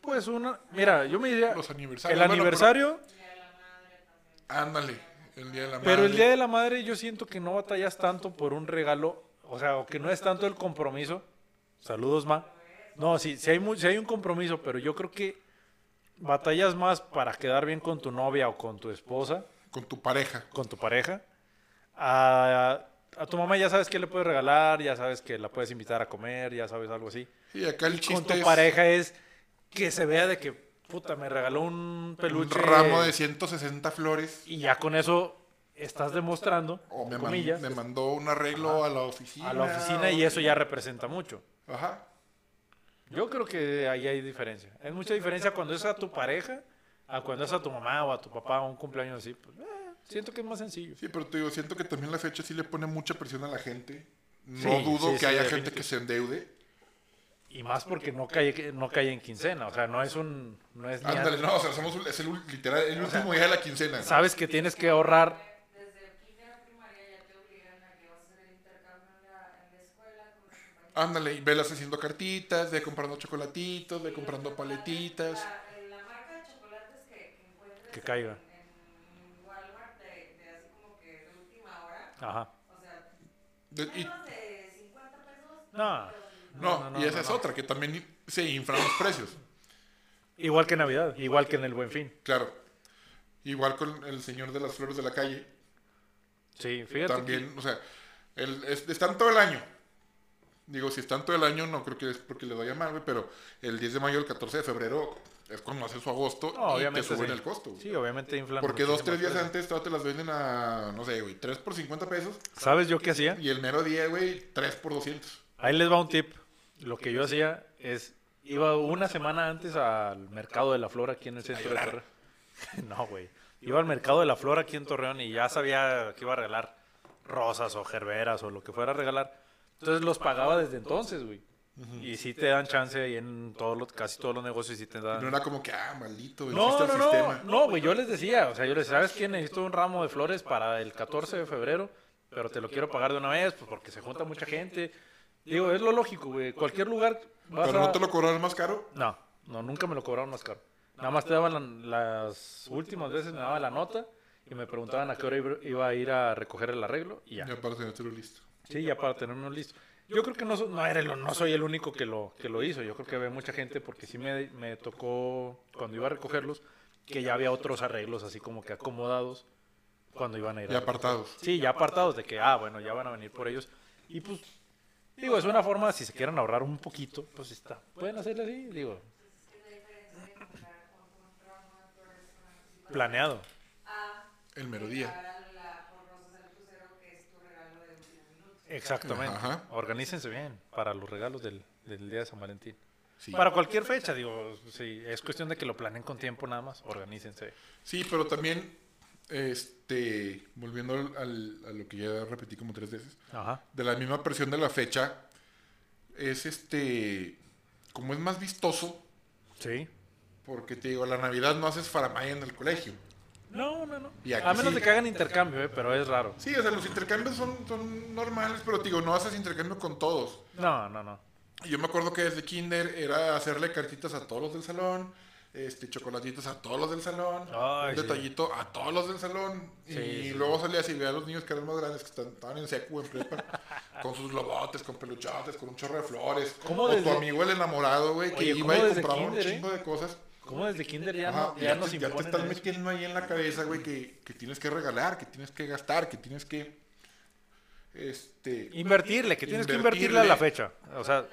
Pues una. Mira, yo me diría.
Los aniversarios.
El
bueno, pero-
aniversario.
ándale, el Día de la Madre.
Pero el Día de la Madre yo siento que no batallas tanto por un regalo, o sea, o que no es tanto el compromiso. Saludos, Ma. No, sí, sí hay, mu- sí hay un compromiso, pero yo creo que batallas más para quedar bien con tu novia o con tu esposa,
Con tu pareja.
con tu pareja. A, a tu mamá ya sabes qué le puedes regalar, ya sabes que la puedes invitar a comer, ya sabes algo así.
Y acá el chiste
Con tu
es
pareja es que se vea de que, puta, me regaló un
un
peluche.
ramo de 160 flores.
Y ya con eso estás demostrando,
O me,
entre
man-
comillas,
me mandó un arreglo a la oficina.
a la oficina y
o-
eso ya representa mucho.
Ajá.
Yo creo que ahí hay diferencia. Hay mucha diferencia cuando es a tu pareja, a cuando es a tu mamá o a tu papá, un cumpleaños así. pues, eh, siento que es más sencillo.
Sí, pero te digo, siento que también la fecha sí le pone mucha presión a la gente. No
Sí,
dudo
sí,
que
sí,
haya gente
definitivo.
que se endeude.
Y más porque no cae, no cae en quincena, o sea, no es un... No es ni a-
Ándale, no, o sea, somos un- es el, ul- literal, el último día de la quincena.
Sabes que tienes que ahorrar.
Desde el kinder a primaria ya te obligan a que vas a hacer el intercambio en la, en la escuela con los compañeros.
Ándale, y velas haciendo cartitas, de comprando chocolatitos, de
Y los
comprando
chocolates,
paletitas.
La, la marca de chocolates que, que encuentres
Que caiga.
En, en Walmart de, de así como que de última hora.
Ajá.
O sea,
De- y-
menos de 50 pesos.
No.
no,
no, no,
y esa
no,
es
no.
otra, que también se inflan los precios.
Igual que en Navidad, igual que en el Buen Fin.
Claro. Igual con el señor de las flores de la calle.
Sí, fíjate.
También, o sea, el- es- están todo el año. Digo, si están todo el año, no creo que es porque le vaya mal, güey, pero el 10 de mayo, el 14 de febrero, es cuando hace su agosto
que-
y
No, obviamente
te suben
sí.
el costo. güey.
Sí, obviamente inflan.
Porque dos,
muchísimo
tres días
el precio.
antes todavía te las venden a, no sé, güey, 3 por 50 pesos.
¿Sabes yo qué hacía?
Y el mero día, güey, 3 por 200.
Ahí les va un tip. Lo que yo hacía es, iba una semana antes al mercado de la flor aquí en el centro de Torreón. [laughs] No, güey. Iba al mercado de la flor aquí en Torreón y ya sabía que iba a regalar rosas o gerberas o lo que fuera a regalar. Entonces los pagaba desde entonces, güey. Y sí te dan chance ahí en todos los, casi todos los negocios sí te
Y no
dan.
era como que, ah, maldito, venciste
No,
el
no,
sistema.
no, no, güey, yo les decía, o sea, yo les decía, ¿sabes qué? Necesito un ramo de flores para el 14 de febrero, pero te lo quiero pagar de una vez, pues porque se junta mucha gente. Digo, es lo lógico, güey, cualquier lugar vas
Pero no
a-
te lo cobraron más caro.
No, no, nunca me lo cobraron más caro. Nada más te daban la- las últimas veces, me daban la nota y me preguntaban a qué hora iba- iba a ir a recoger el arreglo y ya.
Ya para tenértelo listo.
Sí, ya para tenerme un listo. Yo creo que no, so- no, era el- no soy el único que lo, que lo hizo. Yo creo que había mucha gente, porque sí me, me tocó, cuando iba a recogerlos, que ya había otros arreglos así como que acomodados cuando iban a ir.
Y
a-
apartados.
Sí, ya apartados de que, ah, bueno, ya van a venir por ellos. Y pues, digo, es una forma, si se quieren ahorrar un poquito, pues está. Pueden hacerlo así, digo,
Es que la diferencia de comprar un, un ramo de flores con anticipación
planeado.
a
El mero día.
regalar la- por rosas al crucero, que es tu regalo de último minuto.
Exactamente.
Ajá.
Organícense bien para los regalos del, del Día de San Valentín.
Sí.
Para cualquier fecha, digo, sí, es cuestión de que lo planeen con tiempo nada más, organícense.
Sí, pero también, este, volviendo al- al- a lo que ya repetí como tres veces,
Ajá.
de la misma presión de la fecha, es este, como es más vistoso,
Sí.
porque te digo, la Navidad no haces faramaya en el colegio.
No, no, no.
Y aquí
A menos
sí.
de que hagan intercambio, eh, pero es raro.
Sí, o sea, los intercambios son, son normales, pero te digo, no haces intercambio con todos.
No, no, no.
Y Yo me acuerdo que desde kinder era hacerle cartitas a todos los del salón, este, chocolatitos a todos los del salón,
Ay,
un
sí.
detallito a todos los del salón.
Sí,
y
sí,
luego salía así, veía a los niños que eran más grandes, que están- estaban en secu, en
[laughs]
prepa, con sus globotes, con peluchotes, con un chorro de flores.
¿Cómo
o tu
desde-
amigo el enamorado, güey, que
Oye,
iba
¿cómo
y
desde
compraba
kinder,
un
eh?
chingo de cosas.
¿Cómo desde kinder ya,
Ajá,
no-
ya,
ya
te,
nos
ya te
imponen
están
eso?
metiendo ahí en la cabeza, güey, que, que tienes que regalar, que tienes que gastar, que tienes que... Este...
Invertirle, que tienes que invertirle a la fecha. O sea,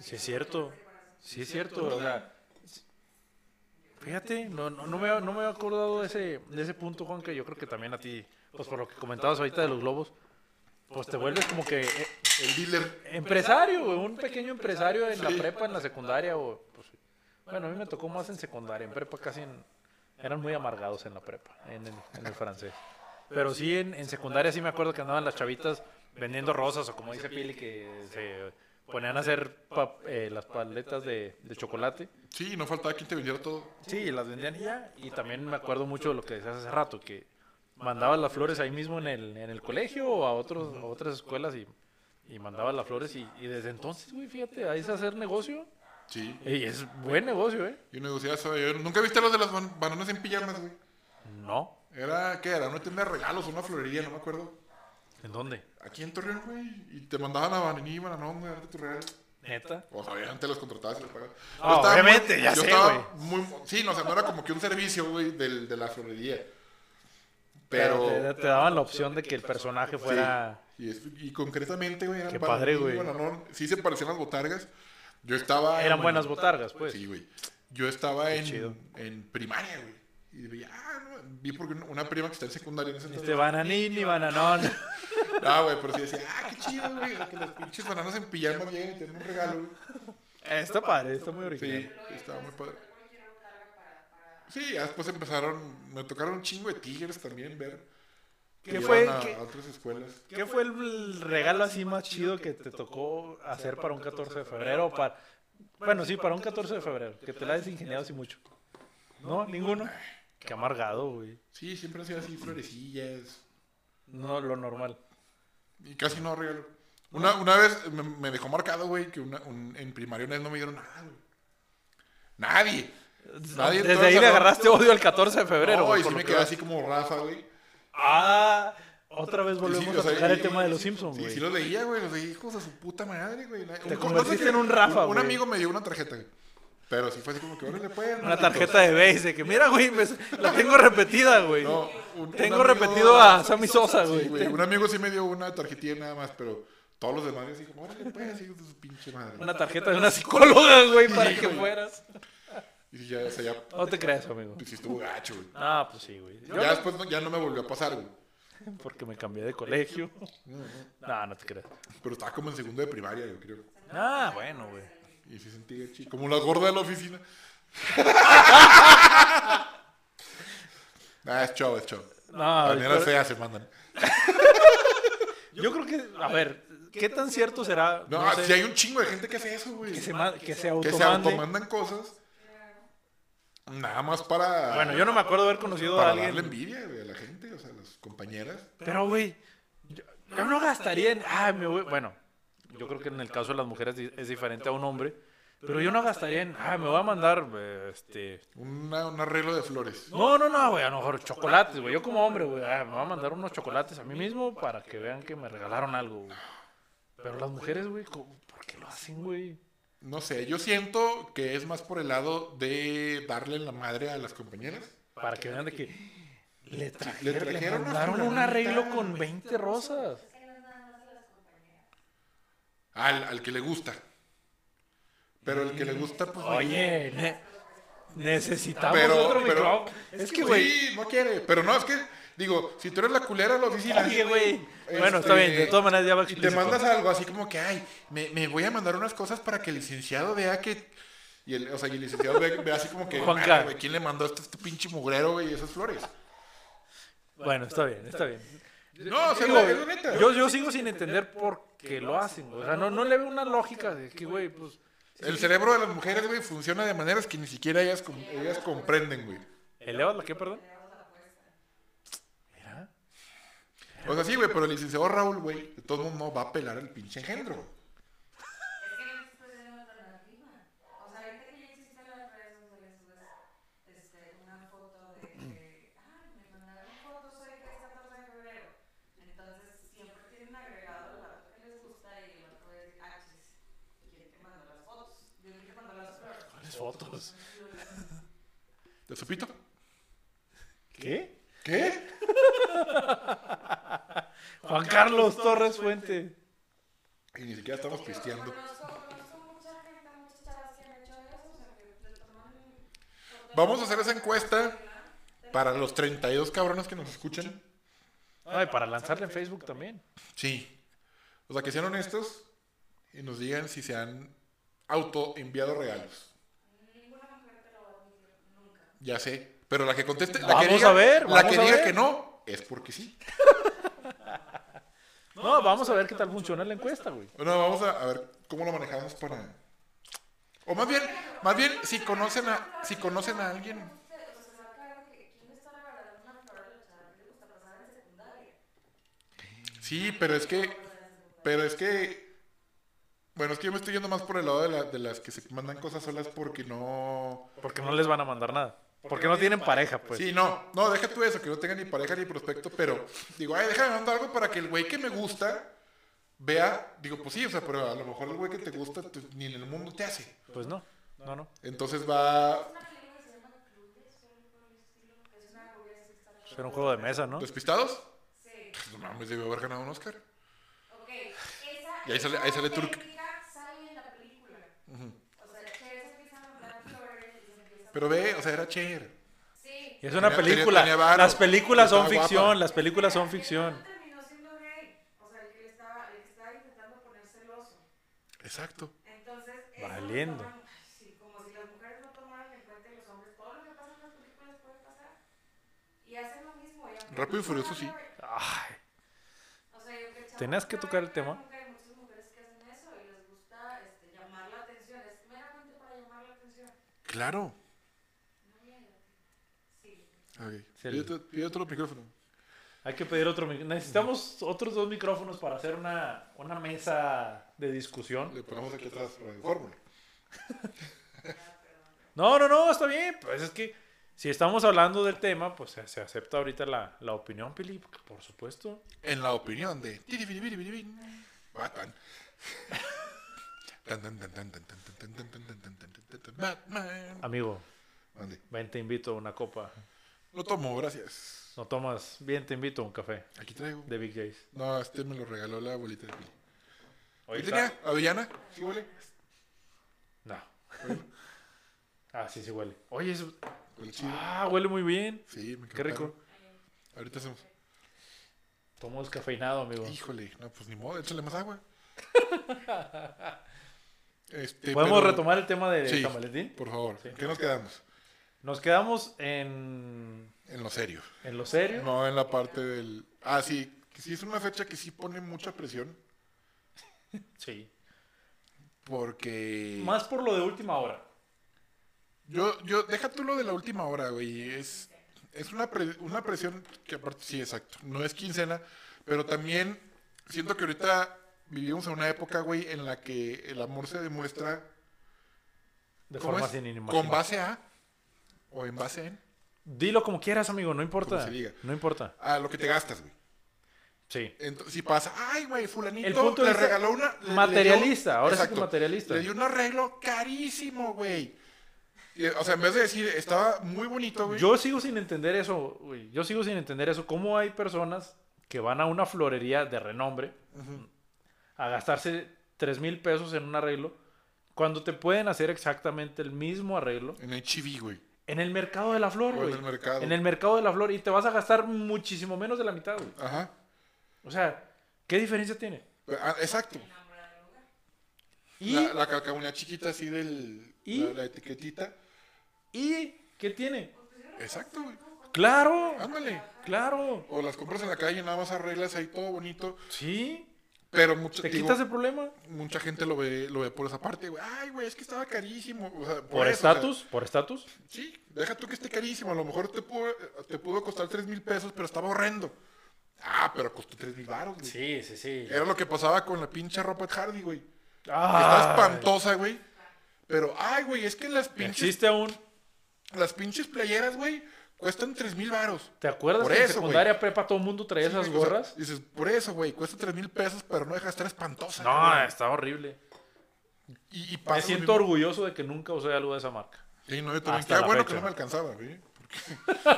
sí es cierto. Sí es cierto. O sea, fíjate, no, no, no, me, no me he acordado de ese, de ese punto, Juan, que yo creo que también a ti, pues por lo que comentabas ahorita de los globos, pues te vuelves como que eh,
El dealer...
empresario, güey, un pequeño empresario en la
Sí.
prepa, en la secundaria. O, pues, bueno, a mí me tocó más en secundaria, en prepa casi en- eran muy amargados en la prepa, en el, en el francés. Pero sí, en, en secundaria sí me acuerdo que andaban las chavitas vendiendo rosas o como dice Pili, que se ponían a hacer pa- eh, las paletas de, de chocolate.
Sí, no faltaba quien te vendiera todo.
Sí, las vendían y ya. Y también me acuerdo mucho de lo que decías hace rato, que mandabas las flores ahí mismo en el, en el colegio o a, otros, a otras escuelas y, y mandabas las flores. Y, y desde entonces, güey, fíjate, ahí es hacer negocio.
Sí.
Y es buen negocio, ¿eh?
Yo negociaba eso. yo- ¿Nunca viste los de las ban- bananas en pijamas, güey?
No.
Era, ¿qué era? Una tienda de regalos, una florería, no me acuerdo.
¿En dónde?
Aquí en Torreón, güey. Y te mandaban a Bananí y Bananón, güey, a darte tu regalo.
Neta.
O sea, obviamente los contratabas y los pagabas. Yo
Ah,
estaba
obviamente,
muy-
ya
yo
sé,
estaba muy... Sí, no, o sea, no era como que un servicio, güey, del- de la florería.
te,
Pero...
te daban la opción de que el personaje fuera.
Y, es- y concretamente, güey, eran
Qué padre,
Bananí,
güey.
Bananón. Sí se parecían las botargas. Yo estaba... en
Eran buenas
Bananí.
botargas, pues.
Sí, güey. Yo estaba
chido.
en, en primaria, güey. Y veía, ah, no, vi porque una- una prima que está en secundaria en ese
Este
entonces.
bananini, bananón.
Ah, güey, pero sí decía, ah, qué chido, güey. Que los pinches bananas en pijama llegan y tienen un regalo, güey.
está padre, está muy
Sí,
original.
estaba muy padre. Sí, ya después empezaron, me tocaron un chingo de tigres también ver. que
¿Qué
iban
fue?
A,
¿Qué-
a otras escuelas.
¿Qué fue el regalo así más chido que te tocó hacer para un 14 de febrero? o para... Bueno, sí, para un 14 de febrero. Que te la hayas ingeniado así mucho. No, ninguno. Qué amargado, güey.
Sí, siempre hacía así florecillas.
No, lo normal.
Y casi no regalo. Una, una vez me, me dejó marcado, güey, que una, un- en primaria una vez no me dieron nada, güey. Nadie. Nadie en todo
Desde
el
ahí le
salón.
agarraste odio al 14 de febrero.
No,
güey,
y
por
sí
lo
me
que
quedé
veo.
así como Rafa, güey.
Ah, otra vez volvemos
Y sí, o
a
sea,
tocar el
y-
tema de los Simpsons,
Sí,
güey.
sí los leía, güey. Los leía, hijos de su puta madre, güey. Te
convertiste en un Rafa,
Un,
güey.
amigo me dio una tarjeta, güey. Pero sí fue así como que, órale, pues.
Una tarjeta de base de que mira, güey,
[laughs]
me- la tengo repetida, güey.
No, un-
tengo
un amigo-
repetido a Sammy Sosa, güey.
Sí, güey. Un amigo sí me dio una tarjetilla nada más, pero todos los demás, así como, órale, pues, hijos de su pinche madre.
Una tarjeta de una psicóloga, güey, para que
güey.
fueras.
Y ya, o sea, ya,
No te creas, amigo.
pues, sí estuvo gacho, güey.
Ah, pues sí, güey. Yo
Ya después no- ya no me volvió a pasar, güey.
no, porque me cambié de colegio. No, no te creas.
Pero estaba como en segundo de primaria, yo creo.
Ah, bueno, güey.
Y sí sentí gacho. Como la gorda de la oficina. [laughs] ah, es chavo, es chavo.
No,
Las nenas
pero-
feas se mandan.
yo creo que, a ver, ¿qué tan cierto será?
No,
No sé,
si hay un chingo de gente que hace eso, güey.
que se,
Que
ma- que se
se
automande.
automandan cosas. Nada más para,
Bueno, yo no me acuerdo haber conocido a
para
alguien.
darle envidia güey, a la gente, o sea, a las compañeras.
Pero, güey, yo, yo no gastaría en... Ah, me voy... Bueno, yo creo que en el caso de las mujeres di- es diferente a un hombre. Pero yo no gastaría en... Ah, me voy a mandar, eh, este...
Una- un arreglo de flores.
No, no, no, güey, a lo mejor chocolates, güey. Yo como hombre, güey, ah, me voy a mandar unos chocolates a mí mismo para que vean que me regalaron algo, güey. Pero las mujeres, güey, ¿cómo- ¿por qué lo hacen, güey?
No sé, yo siento que es más por el lado de darle la madre a las compañeras.
Para que vean de que... Le
le
trajeron, le
trajeron una
mandaron un
fulanita.
arreglo con 20 rosas.
Al, al que le gusta. Pero el que
Mm.
le gusta, pues.
Oye, ne- necesitamos
Pero-
otro
pero-
micrófono. Es que, güey...
Sí, no quiere. Pero no, es que, digo, si tú eres la culera de la oficina.
Oye, güey.
este,
Bueno, está bien, de todas maneras ya va
Y te
explícito.
mandas algo así como que, ay, me, me voy a mandar unas cosas para que el licenciado vea que. Y el, o sea, y el licenciado ve, ve así como que,
Juanca.
"Madre, güey, ¿quién le mandó este, este pinche mugrero, güey, y esas flores?
Bueno, está bien, está bien.
No, o sea,
Digo,
güey, es la neta.
yo, yo sigo sin entender por qué lo hacen. güey. O sea, no, no le veo una lógica de que, güey, pues...
el cerebro de las mujeres, güey, funciona de maneras que ni siquiera ellas, com- ellas comprenden, güey.
¿Elevas la qué, perdón? Mira.
O sea, sí, güey, pero el licenciado Raúl, güey, de todo mundo no va a apelar al pinche engendro. güey.
Es que no existe una alternativa. O sea, ahorita que ya existen las redes sociales, es este, una foto de que, ah, me mandaron fotos hoy que es 14 de febrero. Entonces, siempre tienen agregado la foto que les gusta y el otro es Axis. ¿Quién te mandó las fotos? Yo dije que mandó las flores.
¿Cuáles fotos?
¿De su pito?
¿Qué?
¿Qué?
Juan Carlos Torres Fuente.
Y ni siquiera estamos pisteando.
Conozco, conozco mucha gente, muchas chavas que han hecho eso, o sea, que le toman fotos.
Vamos a hacer esa encuesta para los 32 cabrones que nos escuchan.
No, y para lanzarle en Facebook también.
Sí. O sea, que sean honestos y nos digan si se han autoenviado regalos.
Ninguna mujer te lo va a admitir, nunca.
Ya sé. Pero la que conteste, la que
Vamos
diga,
a ver,
la
vamos
que
a
diga
ver.
que no, es porque sí.
No, vamos a ver qué tal funciona la encuesta, güey.
Bueno, vamos a, a ver cómo lo manejamos para. O más bien, más bien, si conocen a, si conocen a alguien.
pues,
Sí, pero es que, pero es que, bueno, es que yo me estoy yendo más por el lado de, la- de las que se mandan cosas solas porque no.
Porque no les van a mandar nada. Porque no tienen pareja, pues.
Sí, no, no, deja tú eso, que no tenga ni pareja ni prospecto, pero digo, ay, déjame mandar algo para que el güey que me gusta vea, digo, pues sí, o sea, pero a lo mejor el güey que te gusta tú- ni en el mundo te hace.
Pues no. No, no.
Entonces va
Será Pues un juego de mesa, ¿no?
despistados. Pues, no mames, debió haber ganado un Oscar.
Y ahí sale, ahí sale Turk. Sale en la película.
Ujú.
O sea, que se empiezan a mandar flores y se empiezan a-
Pero ve, o sea, era Cher.
Sí.
Y es una
Tenía- tenía-
película.
tenía varo.
Las películas son
Estaba guapa.
ficción, las películas son ficción.
Terminó siendo gay. O sea, que él estaba, él estaba intentando poner celoso.
Exacto.
Entonces, eso lo
Valiendo.
toman- sí, como si las mujeres no tomaran en cuenta y los hombres, todo lo que pasa en las películas puede pasar. Y hacen lo mismo. y aunque
Rápido y
no
Furioso,
sea
sí.
grave,
Ay,
o sea, yo que chavo,
Tenías que
una
tocar el
vez
tema.
nunca Hay muchas mujeres que hacen eso y les gusta este, llamar la atención. Es meramente para llamar la atención.
Claro.
No miedo. Sí.
Okay.
Sí.
Pide otro, pide otro micrófono.
hay que pedir otro mic- Necesitamos otros dos micrófonos para hacer una, una mesa de discusión.
Le ponemos aquí atrás eh, fórmula.
No, no, no, está bien. Pues es que si estamos hablando del tema, pues se, se acepta ahorita la, la opinión, Pili, porque por supuesto.
En la opinión de. Tiribiribiribiribin, Batman. Tan, tan, tan, tan, tan, tan, tan, tan, tan, tan, tan, tan, tan, tan, tan, Batman.
Amigo,
Ande.
ven, te invito a una copa.
Lo tomo, gracias.
No tomas, bien, te invito a un café
Aquí traigo.
de Big J's.
No, este me lo regaló la abuelita de Pili. ¿Y
Ahorita-
tenía? ¿Avellana? ¿Sí huele?
No. ah, sí, sí huele. Oye, es-
Huele chido.
ah, huele muy bien.
Sí, me
Qué rico.
encantaron. Ahorita hacemos.
Tomo descafeinado, amigo.
Híjole, no, pues ni modo, échale
[laughs]
más agua. Este,
¿Podemos
pero-
retomar el tema de
Sí.
San Valentín?
Por favor,
Sí.
¿en qué nos quedamos?
Nos quedamos en,
En lo serio.
en lo serio.
No en la parte del. Ah, sí. Que sí es una fecha que sí pone mucha presión.
Sí.
Porque.
Más por lo de última hora.
Yo, yo, deja tú lo de la última hora, güey. Es, es una, pre- una presión que aparte, sí, exacto. No es quincena, pero también siento que ahorita vivimos en una época, güey, en la que el amor se demuestra
De
¿cómo
forma
es?
sin inimaginable.
con base a o en base en
Dilo como quieras, amigo, no
Como
importa.
se diga.
No importa.
a lo que te gastas, güey.
Sí.
Entonces, si pasa, ay, güey, fulanito
El punto
le
es
regaló una... le- le dio-
materialista, ahora sí que
Exacto.
materialista.
Le dio un arreglo carísimo, güey. Y, O sea, en vez de decir, estaba muy bonito, güey.
Yo sigo sin entender eso, güey. Yo sigo sin entender eso. ¿Cómo hay personas que van a una florería de renombre
Ujú.
a gastarse 3 mil pesos en un arreglo cuando te pueden hacer exactamente el mismo arreglo
En el chibi, güey.
en el mercado de la flor,
O en
güey?
el mercado.
En el mercado de la flor y te vas a gastar muchísimo menos de la mitad, güey.
Ajá.
O sea, ¿qué diferencia tiene?
Ah, Exacto.
Enamorada del lugar.
Y,
La, la calcamonía chiquita así del...
¿Y?
La, la etiquetita.
¿y qué tiene?
Exacto, güey.
Claro,
Ándale.
claro.
O las compras en la calle, nada más arreglas ahí todo bonito.
Sí,
Pero mucho,
te
digo,
quitas el problema.
mucha gente lo ve, lo ve por esa parte, güey. Ay, güey, es que estaba carísimo. O sea, por
Por
eso, o sea,
estatus, por estatus.
Sí, deja tú que esté carísimo. A lo mejor te pudo, te pudo costar 3 mil pesos, pero estaba horrendo. Ah, pero costó 3 mil baros, güey.
Sí, sí, sí.
Era lo que pasaba con la pinche ropa de Hardy, güey. Está
Ah,
espantosa, güey. Pero, ay, güey, es que las pinches,
existe aún.
las pinches playeras, güey, cuestan 3 mil baros.
¿Te acuerdas
Por
que en
eso, güey.
secundaria prepa todo el mundo traía
Sí,
esas
güey, o sea,
gorras?
dices, por eso, güey, cuesta 3 mil pesos, pero no deja de estar espantosa.
No,
güey.
está horrible.
y, y pasa
Me
lo
siento
mismo.
orgulloso de que nunca usé algo de esa marca.
Sí, no, yo también.
Hasta
Qué
la
bueno que
fecha.
no me alcanzaba, güey.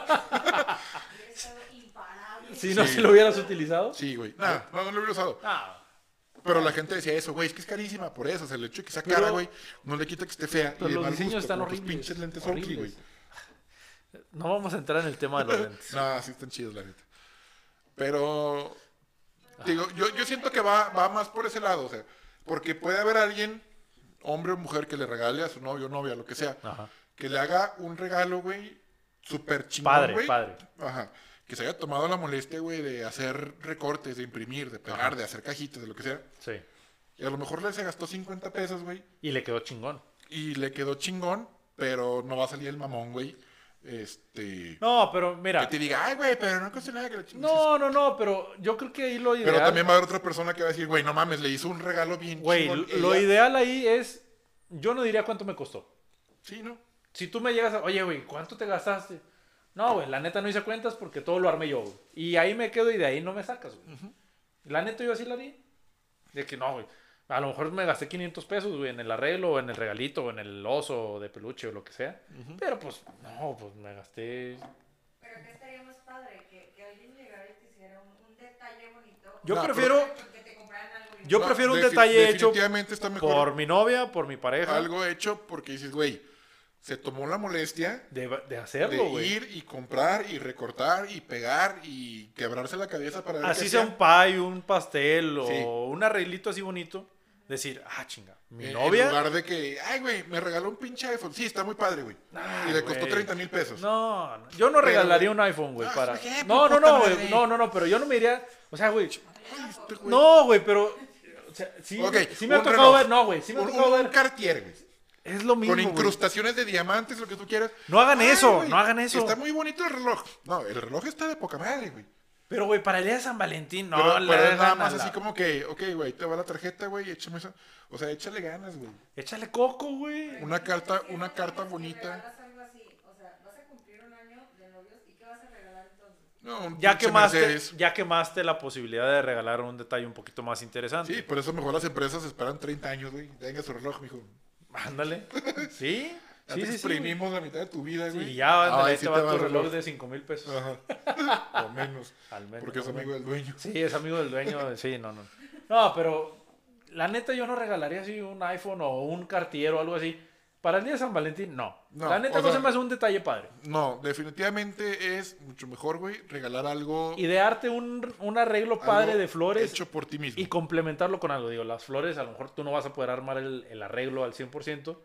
Hubiera estado imparable.
Si no, si lo hubieras utilizado.
Sí, güey. Nada, no, no lo hubiera usado.
Ah,
Pero la gente decía eso, güey, es que es carísima, por eso. O sea, el hecho de que sea
Pero-
cara, güey, no le quita que esté fea.
pero
y de
los
mal
diseños
gusto,
están
como tus
horribles.
pinches lentes
horribles.
Oakley, güey.
No vamos a entrar en el tema de
[laughs]
los lentes.
No, sí están chidos, la neta. Pero, digo, yo, yo siento que va, va más por ese lado, o sea, porque puede haber alguien, hombre o mujer, que le regale a su novio o novia, lo que sea,
Ajá.
que le haga un regalo, güey, súper chingón,
Padre,
güey.
padre.
Ajá. Que se haya tomado la molestia, güey, de hacer recortes, de imprimir, de pegar, de hacer cajitas, de lo que sea.
Sí.
Y a lo mejor le se gastó 50 pesos, güey,
Y le quedó chingón.
y le quedó chingón, pero no va a salir el mamón, güey. Este...
No, pero
Que
mira.
te diga, ay, güey, pero no costó nada que la chingada.
No, no, no, pero yo creo que ahí lo ideal.
Pero también va a haber otra persona que va a decir, güey, no mames, le hizo un regalo bien
Güey,
chingón
lo- lo
ella".
ideal ahí es. Yo no diría cuánto me costó.
Sí, ¿no?
Si tú me llegas a. Oye, güey, ¿cuánto te gastaste? No, güey, la neta no hice cuentas porque todo lo armé yo, güey. Y ahí me quedo y de ahí no me sacas, güey. La neta yo así la haría. De que no, güey. A lo mejor me gasté 500 pesos, güey, en el arreglo, o en el regalito, o en el oso de peluche o lo que sea. Pero pues, no, pues me gasté.
Pero que estaría más padre que, que alguien llegara y te hiciera un, un detalle bonito.
Yo
No,
prefiero.
Que te compraran algo.
Yo
No,
prefiero un
defi-
detalle hecho
Definitivamente está
por
mejor
mi novia, por mi pareja.
algo hecho porque dices, güey, se tomó la molestia
De, de
de
hacerlo, güey.
ir y comprar y recortar y pegar y quebrarse la cabeza para ver
Así
qué
sea un
hacía.
pie, un pastel o
Sí.
un arreglito así bonito. Decir, ah, chinga, mi
eh, En-
novia.
En lugar de que, ay, güey, me regaló un pinche iPhone. Sí, está muy padre, güey.
Ah,
y le costó
güey.
30 mil pesos.
No, no, yo no regalaría un iPhone, güey,
Ah,
para...
por ejemplo,
No, no,
puta
no,
madre.
güey, no, no, no, pero yo no me iría... O sea, güey,
Ay, este güey.
no, güey, pero... o sea, sí,
Ok,
sí me ha
un
tocado
reloj.
ver, no, güey, sí me ha
Un- un-
tocado
un
ver...
Cartier, güey.
Es lo mismo,
con
güey.
incrustaciones de diamantes, lo que tú quieras.
No hagan eso,
güey,
no hagan eso.
Está muy bonito el reloj. No, el reloj está de poca madre, güey.
Pero, güey, para el día de San Valentín, no,
pero,
le
pero es
hagan
nada más
a la-
así como que, ok, güey, te va la tarjeta, güey, échame eso. O sea, échale ganas, güey.
Échale coco, güey.
Una carta, una
Imagínate
carta
que
bonita.
regalas algo así, o sea, vas a cumplir un año de novios y qué vas a regalar entonces.
No, un
Ya
pinche
quemaste,
Mercedes.
ya quemaste la posibilidad de regalar un detalle un poquito más interesante.
Sí, por eso mejor las empresas esperan 30 años, güey. Tenga su reloj, mijo.
Ándale. ¿Sí?
pues. [laughs] Ya
Sí,
te
sí, sí. güey.
exprimimos la mitad de tu vida, güey.
Y ya, ándale,
Ay,
ahí
sí
te va
va
tu
el
reloj de 5 mil pesos.
Ajá. [laughs]
[laughs]
O menos.
Al menos.
Porque es amigo del dueño.
Sí, es amigo del
[laughs]
dueño, sí, no, no. No, pero la neta yo no regalaría así un iPhone o un cartier o algo así. Para el día de San Valentín, no.
No,
la neta
o
no
sea-
se me hace un detalle padre.
No, definitivamente es mucho mejor, güey, regalar algo,
Idearte un, un arreglo
algo
padre de flores
hecho por ti mismo.
y complementarlo con algo. Digo, las flores a lo mejor tú no vas a poder armar el, el arreglo al 100%,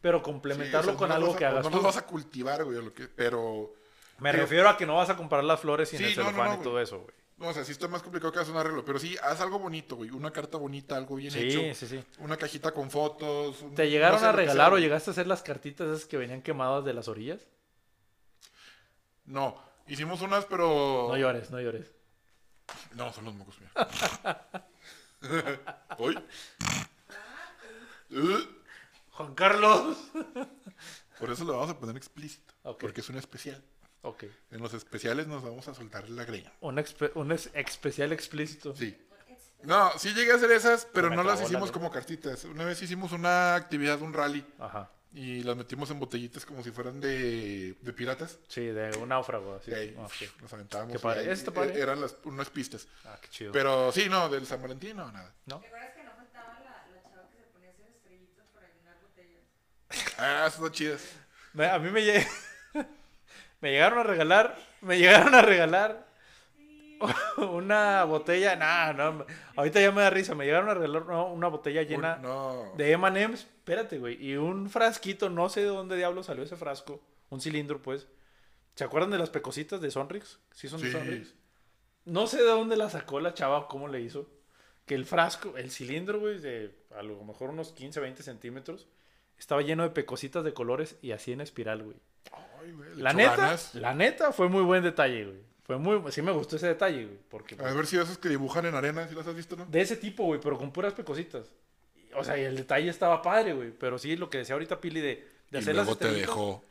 pero complementarlo
Sí, o sea,
con
no las
algo
vas a-
que hagas
No
tú.
los vas a cultivar, güey, o lo que, pero...
Me
digo-
refiero a que no vas a comprar las flores sin
Sí,
el
no, no,
celofán
no,
y
güey.
todo eso, güey.
No, o sea, sí está más complicado que hacer un arreglo, pero sí, haz algo bonito, güey. Una carta bonita, algo bien
Sí,
hecho.
sí, sí.
Una cajita con fotos. un-
¿Te llegaron
no sé,
a
lo que sea,
regalar o
güey.
llegaste a hacer las cartitas esas que venían quemadas de las orillas?
No, hicimos unas, pero...
No llores, no llores.
No, son los mocos, mira.
[laughs]
[laughs] Uy. Uh,
Juan Carlos.
[laughs] Por eso lo vamos a poner explícito.
Ok.
Porque es un especial.
Ok.
En los especiales nos vamos a soltar la greña.
Un, expe- un es- especial explícito.
Sí. No, sí llegué a hacer esas, pero
Me
no las
trabó la
hicimos
lengua.
como cartitas. Una vez hicimos una actividad, un rally,
Ajá.
y las metimos en botellitas como si fueran de, de piratas.
Sí, de un náufrago. Así.
Y ahí,
Ah, ok.
nos aventábamos.
Qué padre.
y ahí,
Eso está padre.
eh, Eran las, unas pistas.
Ah, qué chido.
Pero sí, no, del San Valentín, no, nada.
¿Te acuerdas que no faltaba la, la chava que se ponía a hacer estrellitas para llenar botellas?
Ah, esas son chidas.
Me- a mí me, lle- [laughs] me llegaron a regalar. Me llegaron a regalar. [laughs] Una botella. Nah, no. Ahorita ya me da risa. Me llegaron a regalar una, una botella llena
Un- no.
de MMs. Espérate, güey. Y un frasquito. No sé de dónde diablo salió ese frasco. Un cilindro, pues. ¿Se acuerdan de las pecositas de Sonrix? Sí, son de
Sí.
Sonrix. No sé de dónde la sacó la chava o cómo le hizo. Que el frasco, el cilindro, güey, de a lo mejor unos 15, 20 centímetros, estaba lleno de pecositas de colores y así en espiral, güey.
Ay, güey, le
La
echó
neta,
ganas.
la neta fue muy buen detalle, güey. Fue Fue muy, sí me gustó ese detalle, güey, porque pues,
A ver si esos que dibujan en arena, si las has visto, ¿no?
de ese tipo, güey, pero con puras pecositas. Y, O sea, y el detalle estaba padre, güey, pero sí lo que decía ahorita Pili de, de
Y
hacer las
luego te
estrellitas.
dejó.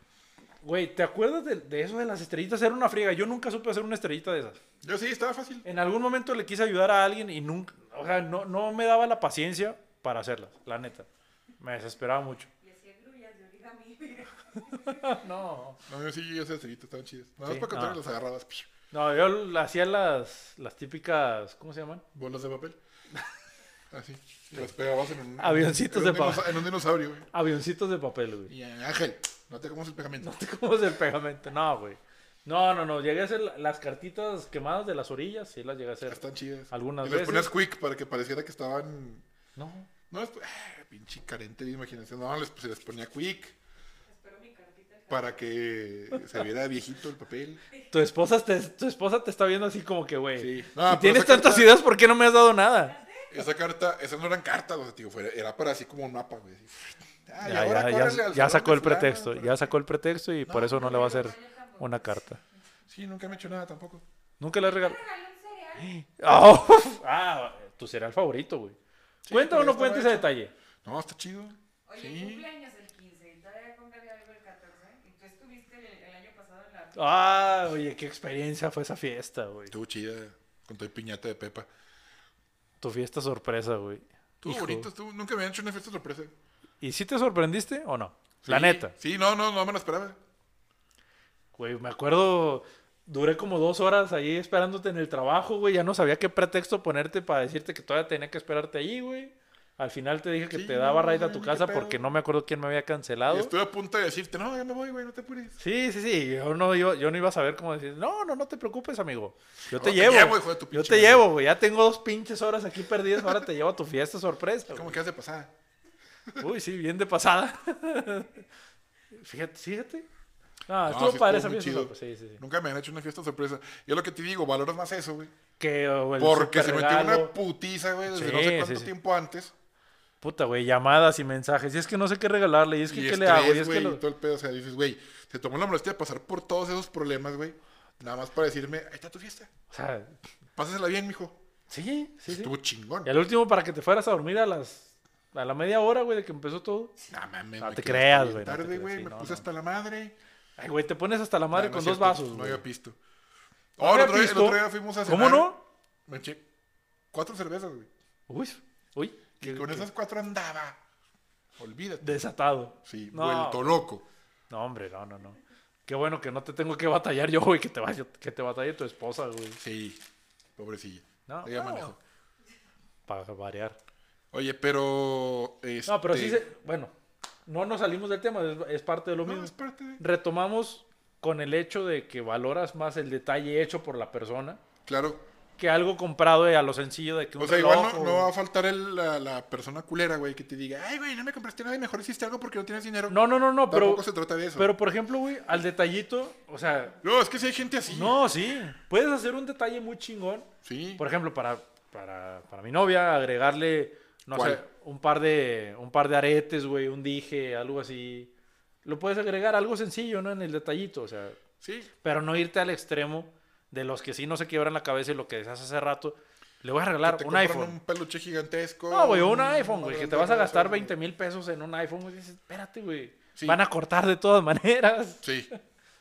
Güey, ¿te acuerdas de, de eso de las estrellitas? Era una friega. Yo nunca supe hacer una estrellita de esas.
Yo sí, estaba fácil.
En algún momento le quise ayudar a alguien y nunca, o sea, no, no me daba la paciencia para hacerlas, la neta. Me desesperaba mucho. [laughs]
Y hacía grullas de origami.
No.
No, yo sí, yo sé, estrellitas estaban chidas. Nada más
Sí,
para contar
no.
las agarradas. psh,
No, yo l- hacía las, las típicas, ¿cómo se llaman?
Bolas de papel. Así. Y las pegabas en un.
Avioncitos
en un
de papel.
dinosa- En un dinosaurio, güey.
Avioncitos de papel, güey.
Y eh, Ángel, no te comas el pegamento.
[laughs] ¿Cómo es el pegamento? No, güey. No, no, no. Llegué a hacer la- las cartitas quemadas de las orillas, sí las llegué a hacer.
Están chidas.
Algunas
y les
veces.
ponías quick para que pareciera que estaban.
No.
No, es... ah, pinche carente de imaginación. No, les, pues, se les ponía quick
Espero mi cartita.
para que se viera viejito el
[laughs]
papel.
Tu esposa te, tu esposa te está viendo así como que, güey.
Sí.
si
No, pero
tienes
esa
tantas
carta-
ideas, ¿por qué no me has dado nada?
Esa carta, esas no eran cartas, o sea, tío, fuera- era para así como un mapa, güey. así. Ah, y
Ya, ya,
ahora
ya-
córrele al
ya
salón
sacó
de
el
fulano,
pretexto,
para-
ya sacó el pretexto y por eso [laughs] no le va a hacer una carta.
Sí, nunca me he hecho nada tampoco.
Nunca le regaló.
[laughs]
Regalé un
[gasps]
cereal.
¡Oh! ah, tu cereal favorito, güey. ¿Cuenta o
pues, pero
no
ya
cuenta ese
estaba
detalle?
No, está chido.
Oye,
Sí.
cumpleaños el 15 y todavía compré algo el 14. Y tú estuviste el, el año pasado en la.
Ah, oye, qué experiencia fue esa fiesta, güey.
Estuvo chida. Con todo el piñata de Pepa.
Tu fiesta sorpresa, güey.
Estuvo
Hijo.
bonito, estuvo- Nunca me habían hecho una fiesta sorpresa.
¿Y si te sorprendiste o no? La
Sí,
neta.
Sí, no, no, no me lo esperaba.
Güey, me acuerdo, duré como dos horas ahí esperándote en el trabajo, güey. Ya no sabía qué pretexto ponerte para decirte que todavía tenía que esperarte ahí, güey. Al final te dije que
Sí,
te daba
no,
raid a
no,
tu
qué
casa
pedo.
porque no me acuerdo quién me había cancelado.
Y estuve a punto de decirte, no, ya me voy, güey, no te apures.
Sí, sí, sí. Yo no, iba, yo no iba a saber cómo decir, no, no, no te preocupes, amigo. Yo
No,
te
te
llevo.
llevo, hijo de tu
yo
pinche
te
madre".
llevo, güey. Ya tengo dos pinches horas aquí perdidas. Ahora te llevo a tu fiesta sorpresa.
¿Cómo que hace pasada?
güey. Uy, sí, bien de pasada. [laughs] fíjate, fíjate. No,
No,
estuvo
sí
padre esa
estuvo muy
fiesta.
chido.
sorpresa, Sí, sí, sí.
Nunca me han hecho una fiesta sorpresa. Y es lo que te digo, valoras más eso, güey.
Que, o el
Porque se metió
superregalo.
una putiza, güey, desde
Sí,
no sé
sí,
cuánto
sí.
tiempo antes.
Puta, güey, llamadas y mensajes. Y es que no sé qué regalarle. Y es que,
y
¿qué le
estrés,
hago? Y es
güey,
que lo-
y todo el pedo. O sea, dices, güey, se tomó la molestia de pasar por todos esos problemas, güey. Nada más para decirme, ahí está tu fiesta.
O sea,
Pásasela bien, mijo.
sí, sí, sí.
Estuvo chingón.
Y al último, para que te fueras a dormir a las... A la media hora, güey, de que empezó todo.
Nah, mames,
No
me
te
quedé
creas,
hasta bien
güey, no te
Tarde,
creas,
güey,
sí,
me
no,
puse
no.
hasta la madre.
Ay, güey, te pones hasta la madre
Nah, Ah, no
con
es
dos
cierto,
vasos,
No
güey.
había pisto.
¿No
Oh, el
había
otro, día, el
pisto?
otro día fuimos a cenar.
¿Cómo no?
Me eché cuatro cervezas, güey.
Uy, uy.
Y
qué-
con
qué
esas cuatro andaba. Olvídate.
Desatado.
Sí,
No.
vuelto loco.
No, hombre, no, no, no. Qué bueno que no te tengo que batallar yo, güey, que te, vaya- que te batalle tu esposa, güey.
Sí, pobrecilla.
No,
Ella
no.
manejó.
Para variar.
Oye, pero.
No, pero sí
este,
se... Bueno, no nos salimos del tema, es, es parte de lo
No,
mismo.
es parte de-
Retomamos con el hecho de que valoras más el detalle hecho por la persona
Claro.
que algo comprado eh, a lo sencillo de que un
O sea,
reloj
igual no,
o-
no va a faltar el- la, la persona culera, güey, que te diga, ay, güey, no me compraste nada y mejor hiciste algo porque no tienes dinero.
no, no, no, no, pero,
Tampoco se trata de eso.
pero por ejemplo, güey, al detallito, o sea,
No, es que si hay gente así.
no, sí, puedes hacer un detalle muy chingón
Sí.
Por ejemplo, para, para, para mi novia, agregarle, no
¿Cuál?
sé, un par de, un par de aretes, güey, un dije, algo así. Lo puedes agregar, algo sencillo, ¿no? En el detallito, o sea,
Sí.
pero no irte al extremo de los que sí no se quiebran la cabeza y lo que decías hace rato. Le voy a regalar
Que te
un
compran
iPhone.
Un peluche gigantesco.
No, güey, un iPhone, güey,
una
que te vas a
grandota,
gastar
güey.
20 mil pesos en un iPhone, güey. Dices, espérate, güey.
Sí.
Van a cortar de todas [laughs] maneras.
Sí.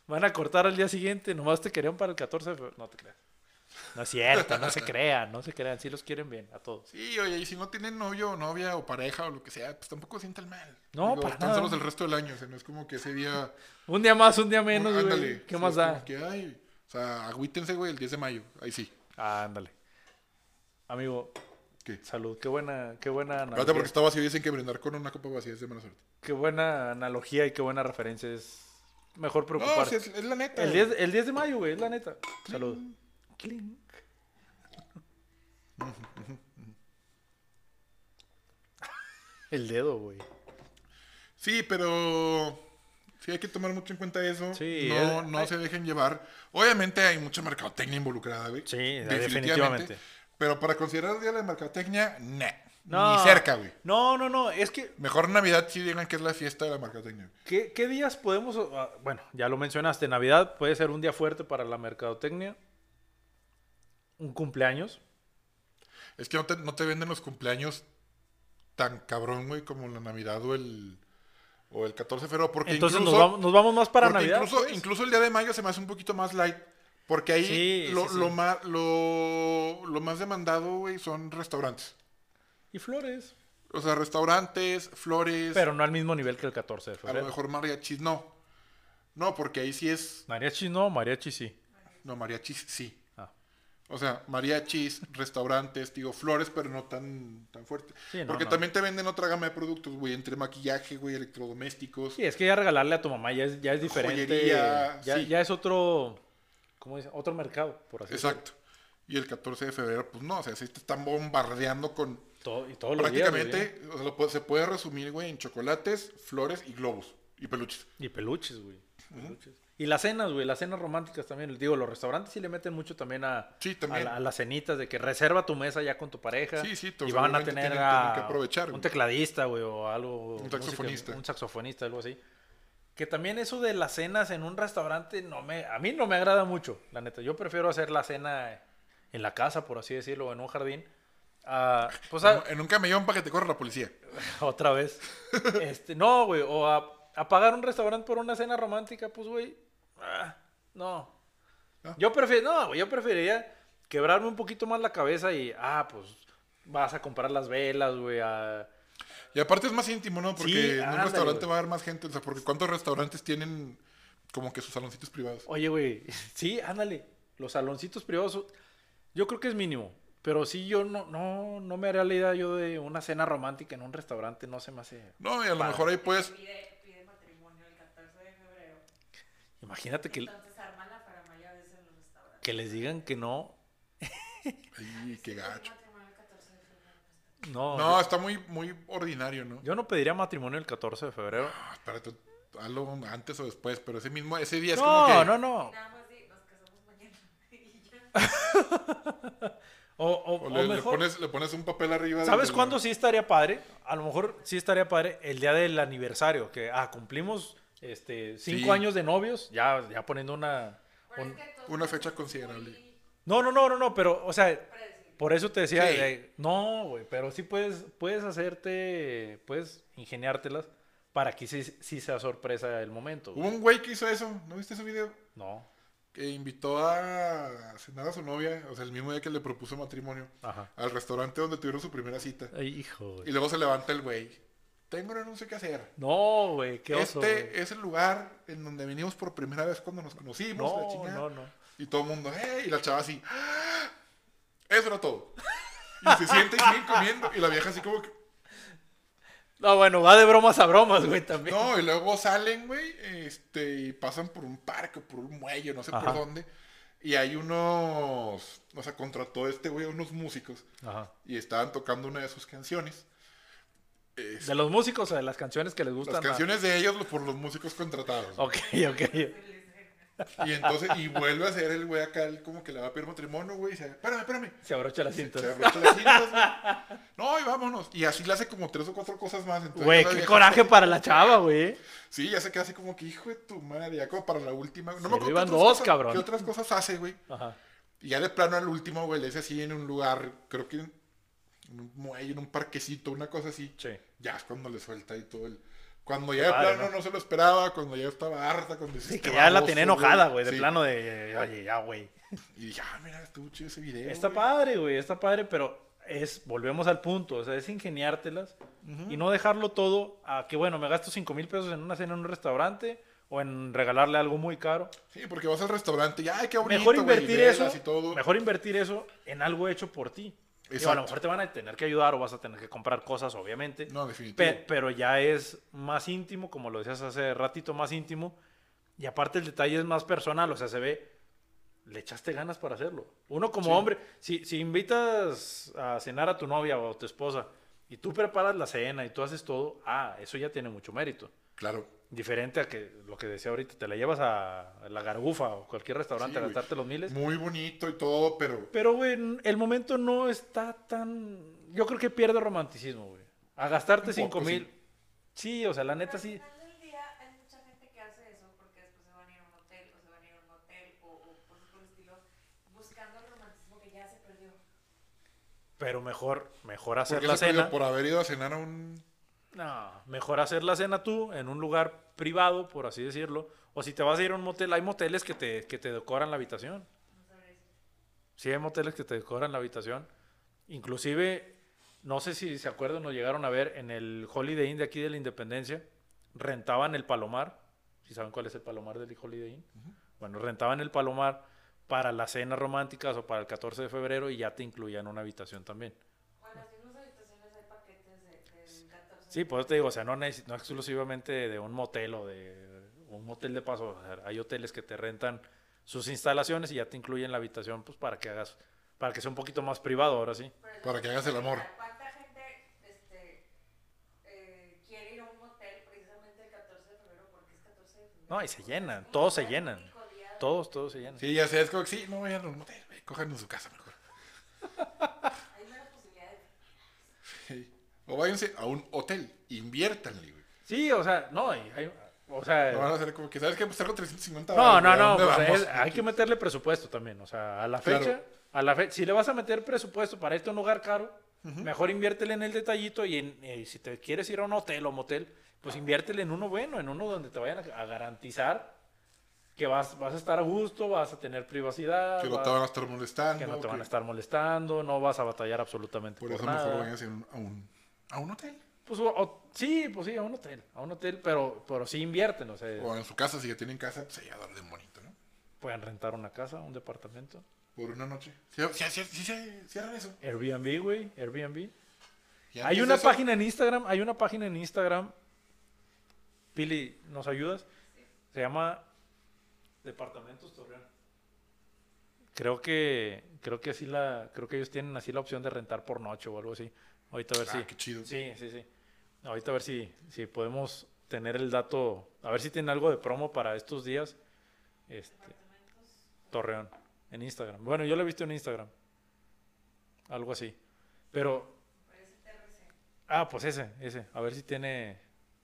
Van a cortar al día siguiente. Nomás te querían para el 14 de febrero. No te creas. No es cierto, no se crean, no se crean. Sí los quieren bien, a todos.
Sí, oye, y si no tienen novio o novia o pareja o lo que sea, pues tampoco se sientan mal.
No, para
están
nada.
solos el resto del año, o sea, no es como que ese día...
Un día más, un día
un-
menos, güey.
ándale,
¿Qué
sí,
más
es
da?
como que, ay, o sea, agüítense, güey, el 10 de mayo, ahí sí.
Ah, ándale. Amigo,
¿Qué?
salud. Qué buena, qué buena
Ahorita porque
analogía.
está vacío dicen que brindar con una copa vacía es de mala suerte.
Qué buena analogía y qué buena referencia. Es mejor
No, sí,
preocuparse.
es, es la neta.
el,
güey.
10, el 10 de mayo, güey, es la neta. Salud. Clink. [laughs] El dedo, güey.
Sí, pero sí hay que tomar mucho en cuenta eso.
Sí,
no
es-
no
hay-
se dejen llevar. Obviamente hay mucha mercadotecnia involucrada, güey.
Sí, definitivamente.
Pero para considerar el día de la mercadotecnia, nah,
No.
ni cerca, güey.
No, no, no. Es que
Mejor Navidad sí digan que es la fiesta de la mercadotecnia.
¿Qué, qué días podemos.? ah, Bueno, ya lo mencionaste. Navidad puede ser un día fuerte para la mercadotecnia. un cumpleaños.
Es que no te, no te venden los cumpleaños tan cabrón, güey, como la Navidad o el, o el 14 de febrero. Porque
Entonces
incluso,
nos, vamos, nos vamos más para
porque
Navidad.
Incluso,
pues.
incluso el día de mayo se me hace un poquito más light. Porque ahí
Sí,
lo,
sí, sí.
Lo, más, lo, lo más demandado, güey, son restaurantes.
Y flores.
O sea, restaurantes, flores,
Pero no al mismo nivel que el 14 de
a lo
febrero.
mejor mariachis, no. No, porque ahí sí es...
Mariachi no, mariachi sí.
No, mariachis sí.
Ah.
O sea, mariachis, restaurantes, digo, flores, pero no tan, tan fuerte.
Sí, no,
Porque
no.
también te venden otra gama de productos, güey, entre maquillaje, güey, electrodomésticos.
Sí, es que ya regalarle a tu mamá ya es, ya es diferente.
Joyería,
ya,
sí.
ya es otro, ¿cómo dice? Otro mercado, por así decirlo.
Exacto. Y el 14 de febrero, pues no, o sea, sí te están bombardeando con...
Todo, y todos los días. güey, ¿eh?
Prácticamente o sea, lo puede- se puede resumir, güey, en chocolates, flores y globos y peluches.
¿eh? Y peluches, güey. Peluches. Y las cenas, güey, las cenas románticas también. Digo, los restaurantes sí le meten mucho también a,
Sí,
a,
también.
la- a las cenitas de que reserva tu mesa ya con tu pareja.
Sí, sí,
Y
entonces,
van a
obviamente
tener
tienen-
a
tienen que aprovechar,
un
güey.
tecladista, güey, o algo. música-
saxofonista.
un saxofonista, algo así. Que también eso de las cenas en un restaurante no me, a mí no me agrada mucho, la neta. Yo prefiero hacer la cena en la casa, por así decirlo, o en un jardín. Ah, pues, a-
en un camellón para que te corra la policía.
[laughs] otra vez. Este, no, güey. O a, a pagar un restaurante por una cena romántica, pues, güey. ah, no.
¿No?
Yo prefiero, no, güey, yo preferiría quebrarme un poquito más la cabeza y, ah, pues, vas a comprar las velas, güey. a-
Y aparte es más íntimo, ¿no? Porque
Sí,
en un
ándale,
restaurante
güey.
va a haber más gente. O sea, porque ¿cuántos restaurantes tienen como que sus saloncitos privados?
Oye, güey, [laughs] sí, ándale. Los saloncitos privados, son- yo creo que es mínimo. Pero sí, yo no, no, no me haría la idea yo de una cena romántica en un restaurante, no se me hace.
No, y a lo mejor ahí pues, puedes...
Pide, pide matrimonio el 14 de febrero.
Imagínate que,
Entonces arman la faramaya a veces en los restaurantes.
que les digan que no.
Ay, qué gacho.
Matrimonio el 14 de febrero.
No,
No,
yo-
está muy, muy ordinario, ¿no?
Yo no pediría matrimonio el 14 de febrero.
Ah, espérate, hazlo antes o después, pero ese mismo, ese día es como
No,
que...
no,
Y
no.
nada más di, nos casamos mañana. [laughs] Y ya.
O, o-
O
o
le, le
mejor.
pones, le pones un papel arriba.
¿Sabes
del-
cuándo sí estaría padre? A lo mejor sí estaría padre el día del aniversario, que ah, cumplimos este cinco
Sí.
años de novios, ya, ya poniendo una.
Pero
un-
es que todo
Una
eso
fecha
es
considerable.
muy
No, no, no, no, no, pero, o sea,
predecible.
por eso te decía,
Sí.
de- no, güey, pero sí puedes, puedes hacerte, puedes ingeniártelas para que sí, sí sea sorpresa el momento. güey.
Hubo un güey que hizo eso, ¿no viste ese video?
No,
Que invitó a cenar a su novia, o sea, el mismo día que le propuso matrimonio,
ajá.
al restaurante donde tuvieron su primera cita.
Ay, hijo, güey.
Y luego se levanta el güey. Tengo un anuncio que hacer.
No, güey, qué oso.
este
güey.
es el lugar en donde venimos por primera vez cuando nos conocimos. la
No,
chingada.
no, no.
Y todo el mundo, ¡eh! Y la chava así, "Ah". Eso era todo. Y se sienta y siguen comiendo. Y la vieja así como que.
No, bueno, va de bromas a bromas, güey, también.
No, y luego salen, güey, este, y pasan por un parque, o por un muelle, no sé
Ajá.
por dónde. Y hay unos, o sea, contrató este güey a unos músicos
Ajá.
y estaban tocando una de sus canciones. Es-
De los músicos, o de las canciones que les gustan.
las
a-
canciones de ellos lo- por los músicos contratados.
Ok, [laughs] ok.
Y entonces, y vuelve a ser el güey acá, el como que le va a pedir matrimonio, güey, y dice, espérame, espérame.
Se abrocha la
Se-
cinta.
se abrocha las cintas, güey. [laughs] No, y vámonos. Y así le hace como tres o cuatro cosas más. entonces
Güey,
ya la
qué
vieja-
coraje para la chava, güey.
Sí, ya se queda así como que, hijo de tu madre, ya como para la última. No
Se
me
le
acuerdo qué
iban
otras
dos,
cosas-
cabrón.
qué otras cosas hace, güey.
Ajá.
Y ya de plano al último, güey, le dice así en un lugar, creo que en en un muelle, en un parquecito, una cosa así.
Sí.
Ya es cuando le suelta y todo el... Cuando ya de
padre,
plano
¿no?
¿no? se lo esperaba, cuando ya estaba harta, cuando
Sí,
hiciste
que ya la
baboso,
tenía enojada, güey. De
Sí.
plano de. Oye, ya, güey.
Y dije, ah, mira, estuvo chido ese video.
Está
güey.
padre, güey. Está padre, pero es. Volvemos al punto. O sea, es ingeniártelas y no dejarlo todo a que, bueno, me gasto cinco mil pesos en una cena en un restaurante o en regalarle algo muy caro.
Sí, porque vas al restaurante y, ay, qué bonito,
Mejor
güey, y
invertir
velas
eso,
y todo.
mejor invertir eso en algo hecho por ti. Digo, a
Exacto.
lo mejor te van a tener que ayudar o vas a tener que comprar cosas, obviamente.
No,
Pe-
definitivo.
pero ya es más íntimo, como lo decías hace ratito, más íntimo. Y aparte el detalle es más personal, o sea, se ve, le echaste ganas para hacerlo. Uno como
Sí.
hombre, si, si invitas a cenar a tu novia o a tu esposa y tú preparas la cena y tú haces todo, ah, eso ya tiene mucho mérito.
Claro.
Diferente a que lo que decía ahorita, te la llevas a la gargufa o cualquier restaurante
Sí,
a
güey.
gastarte los miles.
Muy bonito y todo, pero...
Pero, güey, n- el momento no está tan. Yo creo que pierde romanticismo, güey. A gastarte
Un
5
poco,
mil. Sí. o sea, la
Pero
neta
al
sí.
final del día hay mucha gente que hace eso porque después se van a ir a un hotel o se van a ir a un hotel o, o cosas por el estilo buscando el romanticismo que ya se perdió.
Pero mejor, mejor hacer
Porque
la
se perdió
cena.
Por haber ido a cenar a un.
No, mejor hacer la cena tú en un lugar privado, por así decirlo. O si te vas a ir a un motel, hay moteles que te, que te decoran la habitación.
No sabes.
Sí, hay moteles que te decoran la habitación. Inclusive, no sé si se acuerdan o llegaron a ver, en el Holiday Inn de aquí de la Independencia, rentaban el Palomar. Si saben cuál es el Palomar del Holiday Inn. Bueno, rentaban el Palomar para las cenas románticas o para el 14 de febrero y ya te incluían una habitación también.
Bueno, si en unas habitaciones hay paquetes de, del 14.
Sí, pues. por eso te digo, o sea, no, neces- no exclusivamente de un motel o de un motel de paso. o sea, hay hoteles que te rentan sus instalaciones y ya te incluyen la habitación, pues para que hagas, para que sea un poquito más privado ahora sí.
Pero
Para que hagas el amor.
¿Cuánta gente este, eh, quiere ir a un motel precisamente el 14 de febrero? Porque es 14 de febrero.
No, y se llenan, todos se llenan.
Todo.
Todos, todos se llenan.
Sí, ya sé, es como que sí, no vayan a un motel, güey, cójanlo en su casa mejor.
Hay menos posibilidades.
Sí. O váyanse a un hotel, inviértanle, güey.
Sí, o sea, no, y hay- o sea,
No van a hacer como que, ¿sabes qué? Pues traigo 350
no,
baros,
no,
güey, ¿a
no,
dónde
pues,
vamos?
es- hay que meterle presupuesto también, o sea, a la
Claro.
fecha, a la fe- si le vas a meter presupuesto para este un lugar caro, mejor inviértele en el detallito y en- eh, si te quieres ir a un hotel o motel, pues inviértele en uno bueno, en uno donde te vayan a, a garantizar que vas, vas a estar a gusto, vas a tener privacidad,
Que no
vas-
te van a estar molestando.
que no te van
que-
a estar molestando, no vas a batallar absolutamente
Por
por,
eso
nada.
mejor váyanse a un, a, un, a un hotel.
Pues, o- o- sí, pues sí, a un hotel, a un hotel, pero, pero sí invierten, o sea,
O en su casa, si ya tienen casa, pues allá darle un bonito, ¿no?
pueden rentar una casa, un departamento,
Por una noche. Sí, sí, sí, sí, sí, cierran eso.
Airbnb, güey, Airbnb. Hay
Y antes
una
de eso,
página en Instagram, hay una página en Instagram, Pili, ¿nos ayudas? Se llama Departamentos Torreón. Creo que, creo que así la, creo que ellos tienen así la opción de rentar por noche o algo así. Ahorita a ver
Ah,
si.
qué chido.
Sí, sí, sí. Ahorita a ver si, si podemos tener el dato. A ver si tienen algo de promo para estos días. Este, Torreón. En Instagram. Bueno, yo lo he visto en Instagram. Algo así. Pero. Ah, pues ese, ese. A ver si tiene,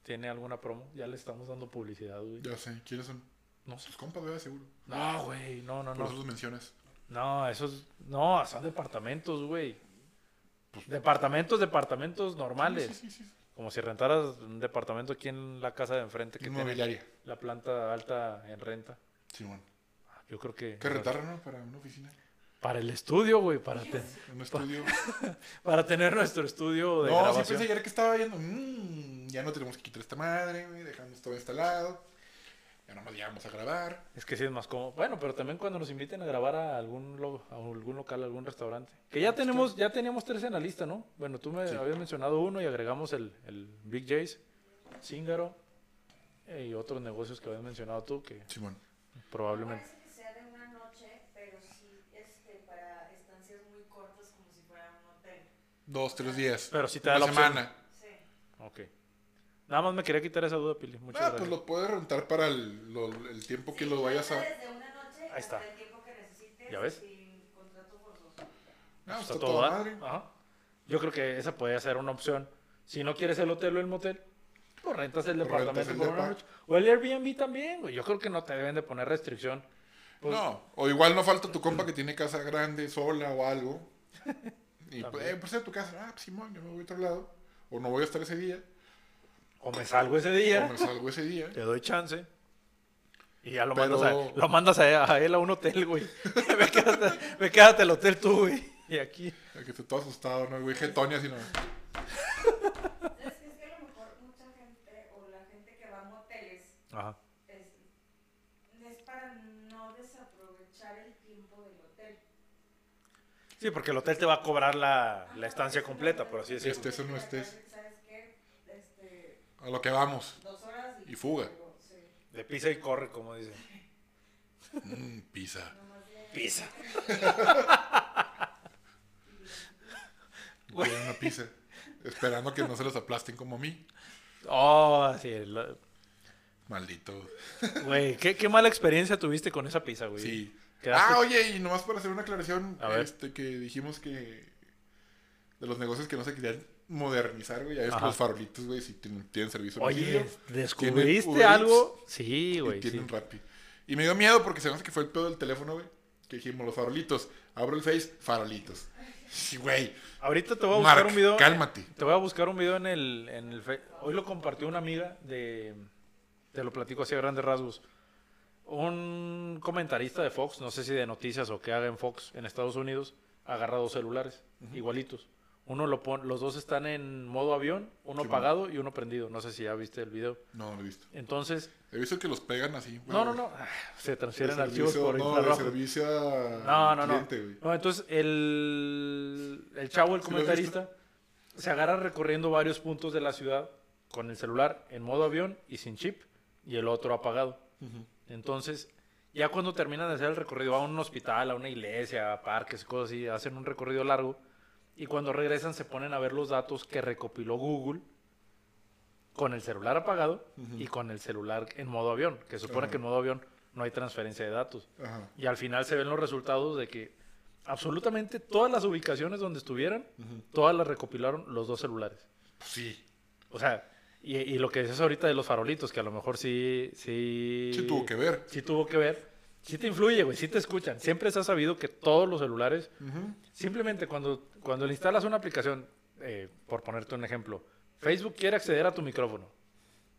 tiene alguna promo. Ya le estamos dando publicidad, güey.
Ya sé, ¿quiénes son?
No sé.
Sus compas, ¿verdad? Seguro.
No, güey. No, no,
Por eso
no.
los mencionas.
No, esos. No, son departamentos, güey. Pues Departamentos, departamentos normales.
Sí, sí, sí, sí.
Como si rentaras un departamento aquí en la casa de enfrente que tiene
Inmobiliaria.
la planta alta en renta. Ah,
Simón.
Yo creo que.
Que rentaron, ¿no? Para una oficina.
Para el estudio, güey. Para, te- [laughs]
Un estudio.
para tener nuestro estudio de
No, sí
grabación.
pensé ayer que estaba viendo. "Mm, ya no tenemos que quitar esta madre, güey, dejamos todo instalado. Ya nomás llegamos a grabar.
Es que sí es más cómodo. Bueno, pero también cuando nos inviten a grabar a algún, lo- a algún local, a algún restaurante. Que ya tenemos, ya teníamos tres en la lista, ¿no? Bueno, tú me
Pues Sí.
habías mencionado uno y agregamos el, el Big J's, Zingaro eh, y otros negocios que habías mencionado tú que
Simón.
probablemente.
No parece que sea de una noche, pero sí este, para estancias muy cortas, como si fuera un hotel.
Dos, tres días.
Pero sí te da
Una
la opción.
semana.
Sí.
Ok. Nada más me quería quitar esa duda, Pili. Muchas
Ah,
gracias.
pues lo puedes rentar para el, lo- el tiempo que
Sí,
lo vayas
Pues
a. Ah,
Desde una noche
Ahí está.
hasta el tiempo que necesites.
¿Ya ves?
Sin contrato forzoso.
Ah,
Está
está
todo
toda
dar.
madre.
Ajá. Yo creo que esa podría ser una opción. Si no quieres el hotel o el motel, pues rentas el
Pues rentas
departamento
el
por una
depa.
noche. O el Airbnb también, güey. Yo creo que no te deben de poner restricción. Pues,
No, o igual no falta tu compa que tiene casa grande, sola
[laughs]
o algo. Y
También.
pues, eh, pues, en tu casa, ah, pues, Simón, yo me voy a otro lado. O no voy a estar ese día.
O me salgo ese
O
día,
me salgo ese día.
te doy chance. Y ya lo
Pero-
mandas, a, lo mandas a, a él a un hotel, güey. [laughs] me, quédate, ve, quédate el hotel tú, güey. Y aquí.
El Que esté todo asustado, ¿no? El Güey, jetonia, así no.
Es que, es que a lo mejor mucha gente o la gente que va a moteles
Ajá.
es, es para no desaprovechar el tiempo del hotel.
Sí, porque el hotel te va a cobrar la, la estancia completa, por así decirlo.
Este- Estés o no estés.
¿Sabes qué? Este,
A lo que vamos.
dos horas y,
Y fuga.
Sí,
De pisa y corre, como dicen.
Mm, pizza.
nomás de-
Pisa. Güey.
Quiero una pizza. Esperando que no se los aplasten como a mí.
Oh, sí. la-
Maldito.
Güey, ¿qué, qué mala experiencia tuviste con esa pizza, güey.
Sí.
Quedaste-
Ah, oye, y nomás para hacer una aclaración,
A ver.
este que dijimos que de los negocios que no se querían modernizar, güey, ya ves que
Ajá.
los farolitos, güey, si tienen, tienen servicio a
Oye,
domicilio
¿descubriste
Uber
algo? Sí,
y
güey. sí.
tienen Rappi. Y me dio miedo porque se me hace que fue el pedo del teléfono, güey. que dijimos los farolitos. Abro el Face, farolitos. Sí, güey.
Ahorita te voy a buscar
Mark,
un video.
cálmate.
Te voy a buscar un video en el, en el fe- Hoy lo compartió una amiga de. Te lo platico así a grandes rasgos. Un comentarista de Fox, no sé si de noticias o que haga en Fox en Estados Unidos, agarra dos celulares, igualitos. Uno lo pon- los dos están en modo avión, uno
Sí,
apagado y uno prendido. No sé si ya viste el video.
No, no lo he visto.
Entonces,
He visto que los pegan así.
no,
bueno,
no, no. ah, Se
de
transfieren
servicio-
archivos por
no, de
infrarrojo.
servicio a-
No,
al
no, no.
cliente, güey.
No, entonces el, el chavo, el
¿Sí lo has visto?
comentarista, se agarra recorriendo varios puntos de la ciudad con el celular en modo avión y sin chip y el otro apagado. Entonces, ya cuando terminan de hacer el recorrido, a un hospital, a una iglesia, a parques, cosas así, hacen un recorrido largo y cuando regresan se ponen a ver los datos que recopiló Google con el celular apagado y con el celular en modo avión, que supone
Ajá.
que en modo avión no hay transferencia de datos.
Ajá.
Y al final se ven los resultados de que absolutamente todas las ubicaciones donde estuvieran, todas las recopilaron los dos celulares.
Pues sí.
O sea, y, y lo que dices ahorita de los farolitos, que a lo mejor sí... Sí,
Sí tuvo que ver.
Sí tuvo que ver. Sí te influye, güey, sí te escuchan. Siempre se ha sabido que todos los celulares, simplemente cuando, cuando le instalas una aplicación, eh, por ponerte un ejemplo, Facebook quiere acceder a tu micrófono,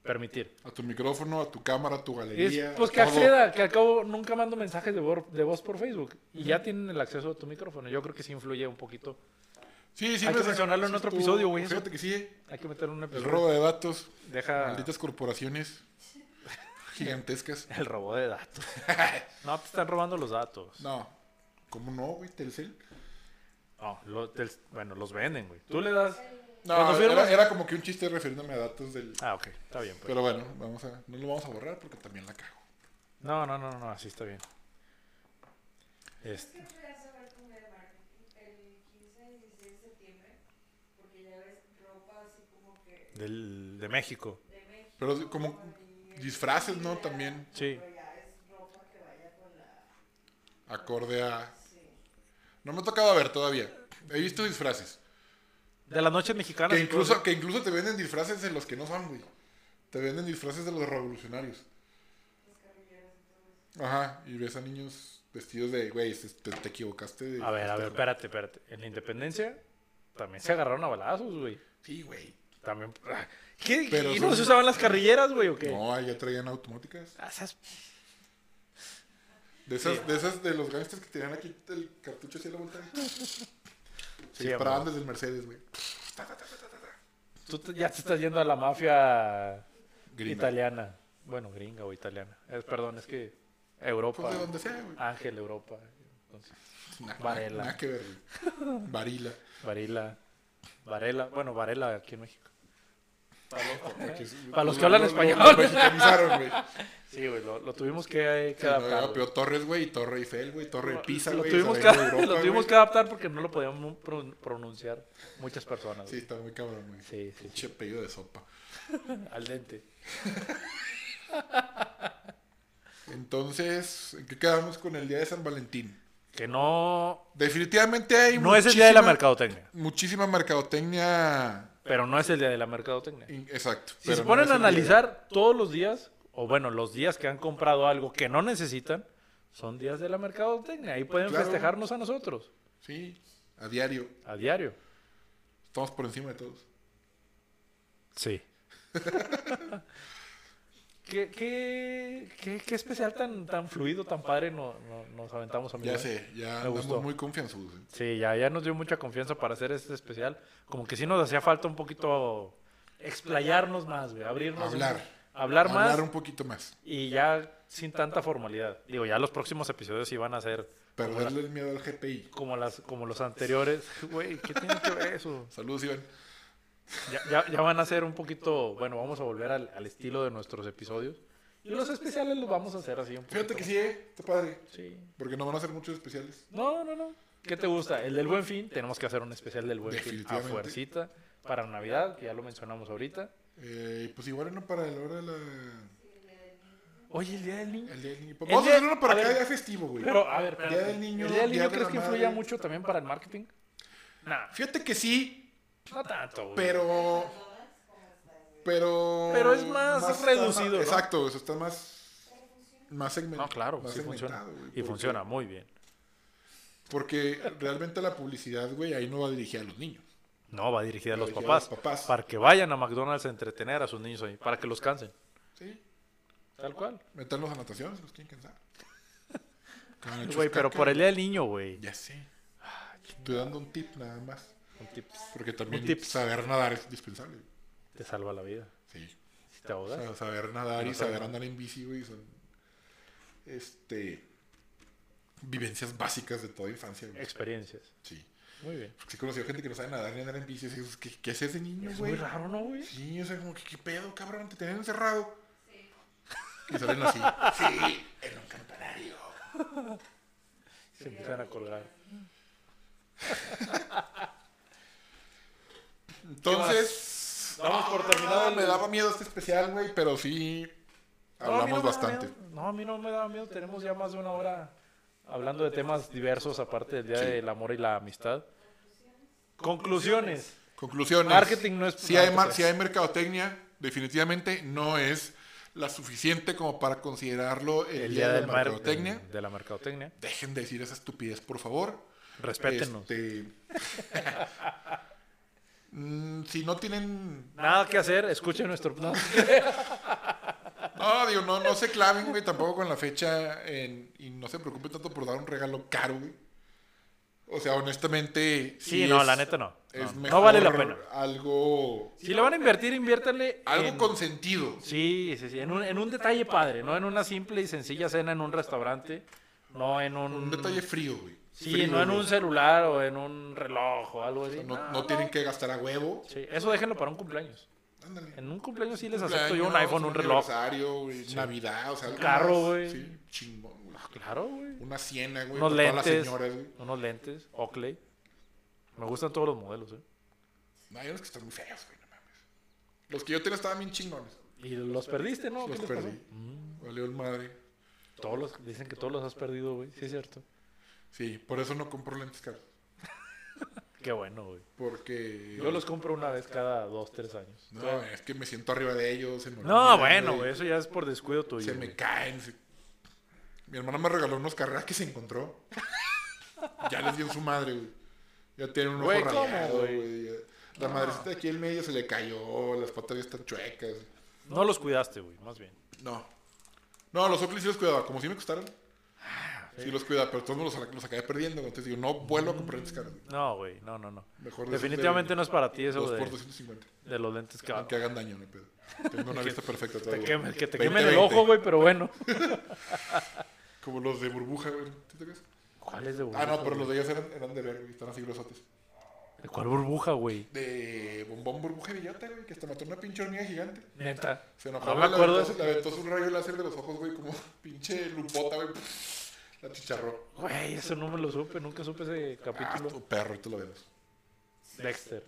permitir.
A tu micrófono, a tu cámara, a tu
Es,
galería.
pues que
todo.
acceda, que al cabo nunca mando mensajes de, vor- de voz por Facebook. Y ya tienen el acceso a tu micrófono. Yo creo que sí influye un poquito.
Sí, sí,
Hay
me
que
saca-
mencionarlo en
sí
otro
estuvo-
episodio, güey, eso. Ah.
Fíjate que sí.
Hay que meter un
El
episodio.
robo de datos.
Deja
Malditas
[laughs]
corporaciones gigantescas.
el robo de datos. [laughs] no, te están robando los datos.
No. ¿Cómo no, güey? Telcel.
No, Oh, lo- te- bueno, los venden, güey. Tú le das...
No,
Cuando firmas-
era, era como que un chiste refiriéndome a datos del.
Ah, ok, está bien. Pues.
Pero bueno, vamos a, no lo vamos a borrar porque también la cago.
No, no, no, no, así está bien.
Es
Este,
que fui a saber con el marketing el 15 y 16 de septiembre, porque ya ves ropa así como que
del, de México.
de México.
Pero como disfraces, ¿no? También
Sí.
Pero ya es ropa que vaya con la.
acorde a.
Sí.
No me ha tocado ver todavía. He visto disfraces.
De las noches mexicanas.
Que
y
incluso,
todo.
que incluso te venden disfraces de los que no son, güey. Te venden disfraces de los revolucionarios. Ajá, y ves a niños vestidos de, güey, se- te, te equivocaste. de-
A ver, a ver, espérate, espérate. En la independencia también se agarraron a balazos, güey.
Sí, güey.
También. ah, ¿Qué?
Pero
¿Y
son-
no se usaban las carrilleras, güey, o qué?
No, ahí ya traían automáticas.
Ah, esas-
De esas, de esas de los gangsters que tenían aquí el cartucho así a la vuelta. Se
Sí,
disparaban
amor.
desde el Mercedes, güey.
Tú te- ya te estás yendo a la mafia
Gringa.
italiana. Bueno, gringa o italiana. Eh, perdón, es que Europa.
Pues de donde sea, güey. Pues
Ángel, Europa. Entonces,
Nada-
Varela.
Nada que ver, güey. Varila.
Varela. Varela. Bueno, Varela aquí en México.
Porque es-
Para los que
lo-
hablan
lo- lo-
español.
Lo mexicanizaron,
[laughs]
güey.
Sí, güey, lo, lo tuvimos que, que
Sí, no,
adaptar.
era
güey.
peor Torres, güey, y Torre Eiffel, güey, Torre Pisa,
lo
güey.
tuvimos,
esa
que,
vaina de
[laughs]
Europa,
lo tuvimos
güey.
que adaptar porque no lo podíamos pro- pronunciar muchas personas.
Sí,
güey.
está muy cabrón, güey.
Sí, sí, sí.
Pinche apellido de sopa.
Al dente.
Entonces, ¿en qué quedamos con el día de San Valentín?
Que no.
Definitivamente hay
No es el día de la
muchísima-
mercadotecnia.
Muchísima mercadotecnia.
Pero no es el día de la mercadotecnia.
in- Exacto.
Si
pero
se
no
ponen
es
a
el día.
analizar todos los días, o bueno, los días que han comprado algo que no necesitan, son días de la mercadotecnia. Ahí pueden
Claro.
festejarnos a nosotros,
Sí, a diario.
a diario.
Estamos por encima de todos.
Sí. [laughs] ¿Qué, qué, qué, qué especial tan, tan fluido, tan padre no- no- nos aventamos, amigo?
Ya
eh?
sé, ya
Me
andamos
gustó.
muy confianzudos. güey.
Sí, ya, ya nos dio mucha confianza para hacer este especial. Como que sí nos hacía falta un poquito explayarnos más, güey, abrirnos. un-
Hablar.
hablar más.
Hablar un poquito más.
Y ya sin tanta formalidad. Digo, ya los próximos episodios iban a ser como,
Perderle el miedo al GPI.
la- como las, como los anteriores. [laughs] Güey, ¿qué tiene que ver eso?
Saludos, Iván.
Ya, ya- ya van a ser un poquito, bueno, vamos a volver al, al estilo de nuestros episodios. Y los especiales los vamos a hacer así un poquito.
Fíjate que sí, eh, está padre.
Sí.
Porque no van a hacer muchos especiales.
No, no, no. ¿Qué te gusta? El del Buen Fin. Tenemos que hacer un especial del Buen Fin a
Definitivamente.
fuercita. Para Navidad, que ya lo mencionamos ahorita.
Eh, pues igual no para la hora de la.
Oye, el Día del Niño.
El día del niño.
El
Vamos a
día-
hacer uno para
a
cada
ver,
día festivo, güey.
Pero, a ver, espérate.
Día del Niño,
¿El Día del
Día
Niño
de
crees
la
que
Madre.
influya mucho también para el marketing? Nah,
Fíjate que sí,
no tanto, güey.
pero. Pero.
Pero es más
está
reducido, ¿no?
Exacto, eso está más. Más segmentado.
No, claro,
más
sí funciona.
segmentado,
Y
güey, porque
funciona muy bien.
Porque realmente la publicidad, güey, ahí no va dirigida a los niños.
No, va dirigida a
Va
los
dirigida a
papás,
los papás.
Para que vayan a McDonald's a entretener a sus niños ahí. Para que los cansen.
Sí.
Tal cual.
Meterlos a natación si los quieren
[laughs]
cansar. Que hagan
Güey,
hechos
pero
caca,
por el
güey.
día del niño, güey.
Ya sé. Estoy dando un tip nada más.
Un tip
Porque también
Un tip.
saber nadar es indispensable.
te salva la vida.
Sí.
Si te
O
ahogas.
sea, saber nadar y
No
saber
sabe.
andar en bici, güey, son este vivencias básicas de toda infancia, güey.
Experiencias.
Sí.
Muy bien.
Porque sí he conocido gente que no sabe nadar ni andar en bici. así, ¿Qué, qué es ese niño,
Es
güey?
muy raro, ¿no, güey?
Sí, o sea, como que qué pedo, cabrón, te tenían encerrado. Y salen así. sí, en un campanario.
Se empiezan a colgar.
Entonces,
Damos por terminado
nada,
el-
me daba miedo este especial, güey, pero sí hablamos bastante.
No, a mí no me da miedo. Tenemos ya más de una hora hablando de temas diversos, aparte del Día
Sí.
del Amor y la Amistad. Conclusiones.
Conclusiones.
Marketing no es-
Si hay,
no,
mar-
pues.
si hay mercadotecnia, definitivamente no es la suficiente como para considerarlo el,
El
día,
Día
de
del
la
mar-
mercadotecnia.
del- De la mercadotecnia.
Dejen de decir esa estupidez, por favor.
Respétenos.
Este, [laughs] Mm, si no tienen.
Nada que hacer, escuchen nuestro. no.
No, digo, no, no se claven, güey, tampoco con la fecha. en- y no se preocupen tanto por dar un regalo caro, güey. O sea, honestamente.
Sí,
sí
no,
es-
la neta no.
es
no,
mejor
no vale la pena.
Algo.
Si le van a invertir, inviértanle.
Algo
en-
con sentido.
Sí, sí, sí. En un, en un detalle padre, no en una simple y sencilla cena en un restaurante. No en un.
Un detalle frío, güey.
Sí,
Frío,
no en
güey.
un celular o en un reloj o algo así.
No, no tienen que gastar a huevo.
Sí, eso déjenlo para un cumpleaños.
Ándale.
En un cumpleaños sí les acepto
Cumpleaños,
yo Pues un iPhone, un reloj.
aniversario, güey, Navidad, o sea, algo
carro,
más.
güey.
Sí, chingón, güey.
Claro, güey.
Una siena, güey.
Unos
para todas las
lentes.
señoras, güey.
Unos lentes, Oakley. Me gustan todos los modelos, ¿eh?
No, hay unos que están muy feos, güey, no mames. Los que yo tenía estaban bien chingones.
Y los perdiste, ¿no? ¿Qué
Los
les pasó?
perdí.
Mm,
Valió el madre.
todos los, dicen que todos los has perdido, güey. Sí, es cierto.
Sí, por eso no compro lentes caros.
Qué bueno, güey.
Porque.
Yo los compro una vez cada dos, tres años.
No, es que me siento arriba de ellos. se me
No,
olvidan,
bueno, güey. Eso ya es por descuido tuyo.
Se me
güey.
caen. se- Mi hermana me regaló unos carreras que se encontró. ya les dio su madre, güey. Ya tiene un ojo
Güey, ¿cómo,
rayado,
güey?
güey. ya- La madrecita de aquí en medio se le cayó, las patas ya están chuecas.
No los cuidaste, güey, más bien.
No. No, los Oakley sí los cuidaba. Como si me costaran.
Ah,
Sí los cuidaba, pero todos me los, saca- los acabé perdiendo. güey. Entonces digo, no vuelvo a comprar estos caras. güey.
No, güey, no, no, no.
Mejor
Mm. Definitivamente no es para ti eso
Dos Ah,
de,
por 250.
de los lentes que,
Que hagan daño, no hay pedo.
[laughs]
Tengo una vista perfecta
te
todavía.
quemen- que te
20,
quemen el
20.
ojo, güey, pero bueno.
Como los de burbuja, güey. ¿Sí te acuerdas?
¿Cuál es de burbuja?
Ah, no, pero
güey?
los de ellas eran, eran de ver, güey. Están así grosotes.
¿De ¿Cuál burbuja, güey?
de Bombón Burbuja Villota, güey, que hasta mató una pinche hormiga gigante.
Neta.
Se
No
enojó,
me
güey,
acuerdo
le
de eso.
aventó, le aventó su rayo láser de los ojos, güey, como [laughs] pinche lupota, güey. La chicharró.
Güey, eso no me lo supe, nunca supe ese
Ah,
capítulo.
tu perro, y tú lo vemos.
Dexter.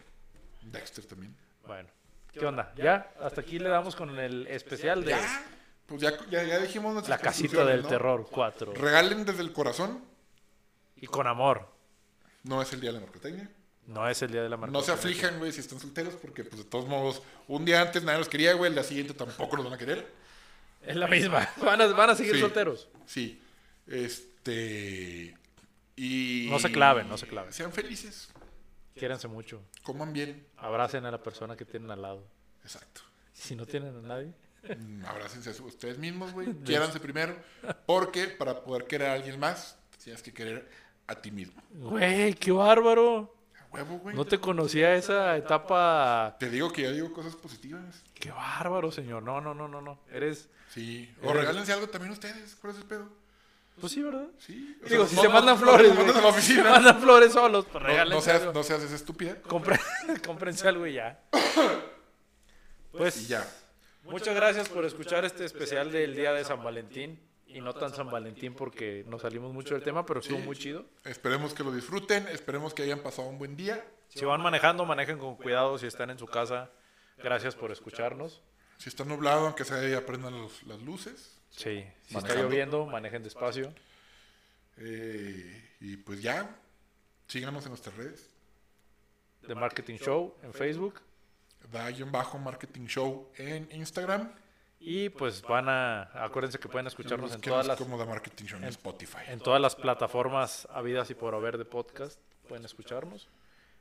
Dexter también.
Bueno, ¿qué onda? ¿Ya? Hasta aquí le damos con el especial de
Ya, pues ya, ya, ya dijimos nuestras
La casita
conclusiones,
del
¿no?
terror 4.
Regalen desde el corazón.
Y con amor.
No es el día de la mercotecnia.
No es el día de la marca.
No se aflijan, güey, si están solteros, porque, pues, de todos modos, un día antes nadie los quería, güey, el día siguiente tampoco los van a querer.
Es la misma. [laughs] Van a, van a seguir
Sí.
solteros.
Sí. Este. Y.
No se claven, no se claven.
Sean felices,
Quiéranse mucho.
coman bien.
Abracen a la persona que tienen al lado. [laughs]
Exacto.
Si no tienen a nadie.
Mm, Abrácense a su- ustedes mismos, güey. Quiéranse primero. Porque para poder querer a alguien más, tienes que querer a ti mismo.
Güey, qué bárbaro.
A huevo, güey.
No te conocía esa etapa.
Te digo que yo digo cosas positivas.
Qué bárbaro, señor. No, no, no, no, no. Eres.
Sí. O regálense algo también ustedes. ¿Cuál es el pedo?
Pues sí, ¿verdad?
Sí. O
Digo,
sea,
si
no-
se
no-
mandan
no-
flores.
No, te
güey.
mandas a
Si
la
se [laughs]
oficina. No-
mandan flores solos, pues
No,
regálense.
seas,
algo.
no seas esa estúpida.
Compre- [laughs] cómprense algo y
[coughs]
ya.
Y
Pues
ya.
muchas gracias por escuchar este especial del día de San Valentín. Y no tan San Valentín porque nos salimos mucho del tema, pero estuvo
Sí.
muy chido.
Esperemos que lo disfruten. Esperemos que hayan pasado un buen día.
Si van manejando, manejen con cuidado. Si están en su casa, gracias por escucharnos.
Si está nublado, aunque sea ahí, aprendan los- las luces.
Sí, si está
Manejando.
lloviendo, manejen despacio.
Eh, y pues ya. Síganos en nuestras redes.
The Marketing Show en Facebook
Da-Marketing Show en Instagram.
Y pues van a, acuérdense que pueden escucharnos en todas las,
como de marketing show en
en-
Spotify.
en todas las plataformas habidas y por haber de podcast, pueden escucharnos.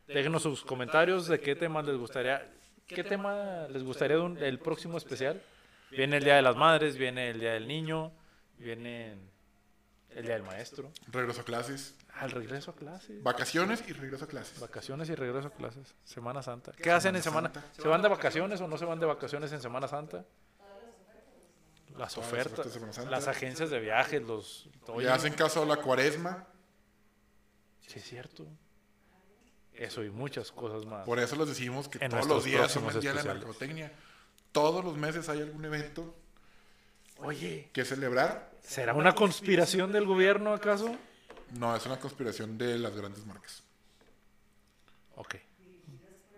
Déjenos sus comentarios de qué temas les gustaría, qué tema les gustaría de un- del próximo especial. Viene el Día de las Madres, viene el Día del Niño, viene el Día del Maestro.
Regreso a clases.
Al regreso a clases.
Vacaciones y regreso a clases.
Vacaciones y regreso a clases. Semana Santa. ¿Qué hacen en Semana? ¿Se van de vacaciones o no se van de vacaciones en Semana Santa? Las
Todas las ofertas
ofertas,
de Semana Santa.
las agencias de viajes, los...
Le hacen caso a la cuaresma.
Sí, es cierto. Eso y muchas cosas más.
Por eso les decimos que
En
todos los
nuestros
días son
próximos
el día de la
especiales.
mercadotecnia. Todos los meses hay algún evento
Oye,
que celebrar.
¿será una conspiración del gobierno acaso?
No, es una conspiración de las grandes marcas.
Ok.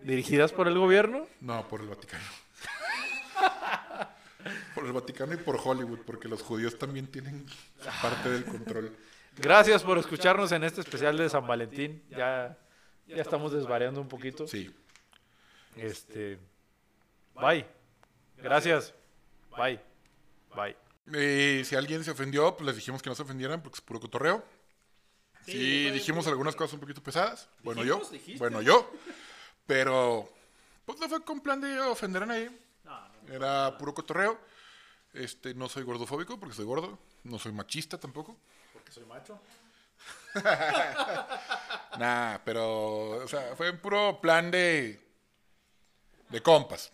¿Dirigidas por el gobierno?
No, por el Vaticano. [laughs] por el Vaticano y por Hollywood, porque los judíos también tienen parte del control.
Gracias por escucharnos en este especial de San Valentín. Ya, ya estamos desvariando un poquito.
Sí.
Este. Bye. Gracias. Bye. Bye.
Eh, si alguien se ofendió, pues les dijimos que no se ofendieran porque es puro cotorreo. Sí, dijimos algunas cosas un poquito pesadas. Bueno, yo.
Dijimos, dijiste.
Bueno, yo. Pero, pues no fue con plan de ofender a nadie. Era puro cotorreo. Este, no soy gordofóbico porque soy gordo. No soy machista tampoco.
Porque soy macho.
[laughs] Nah, pero, o sea, fue un puro plan de. de compas.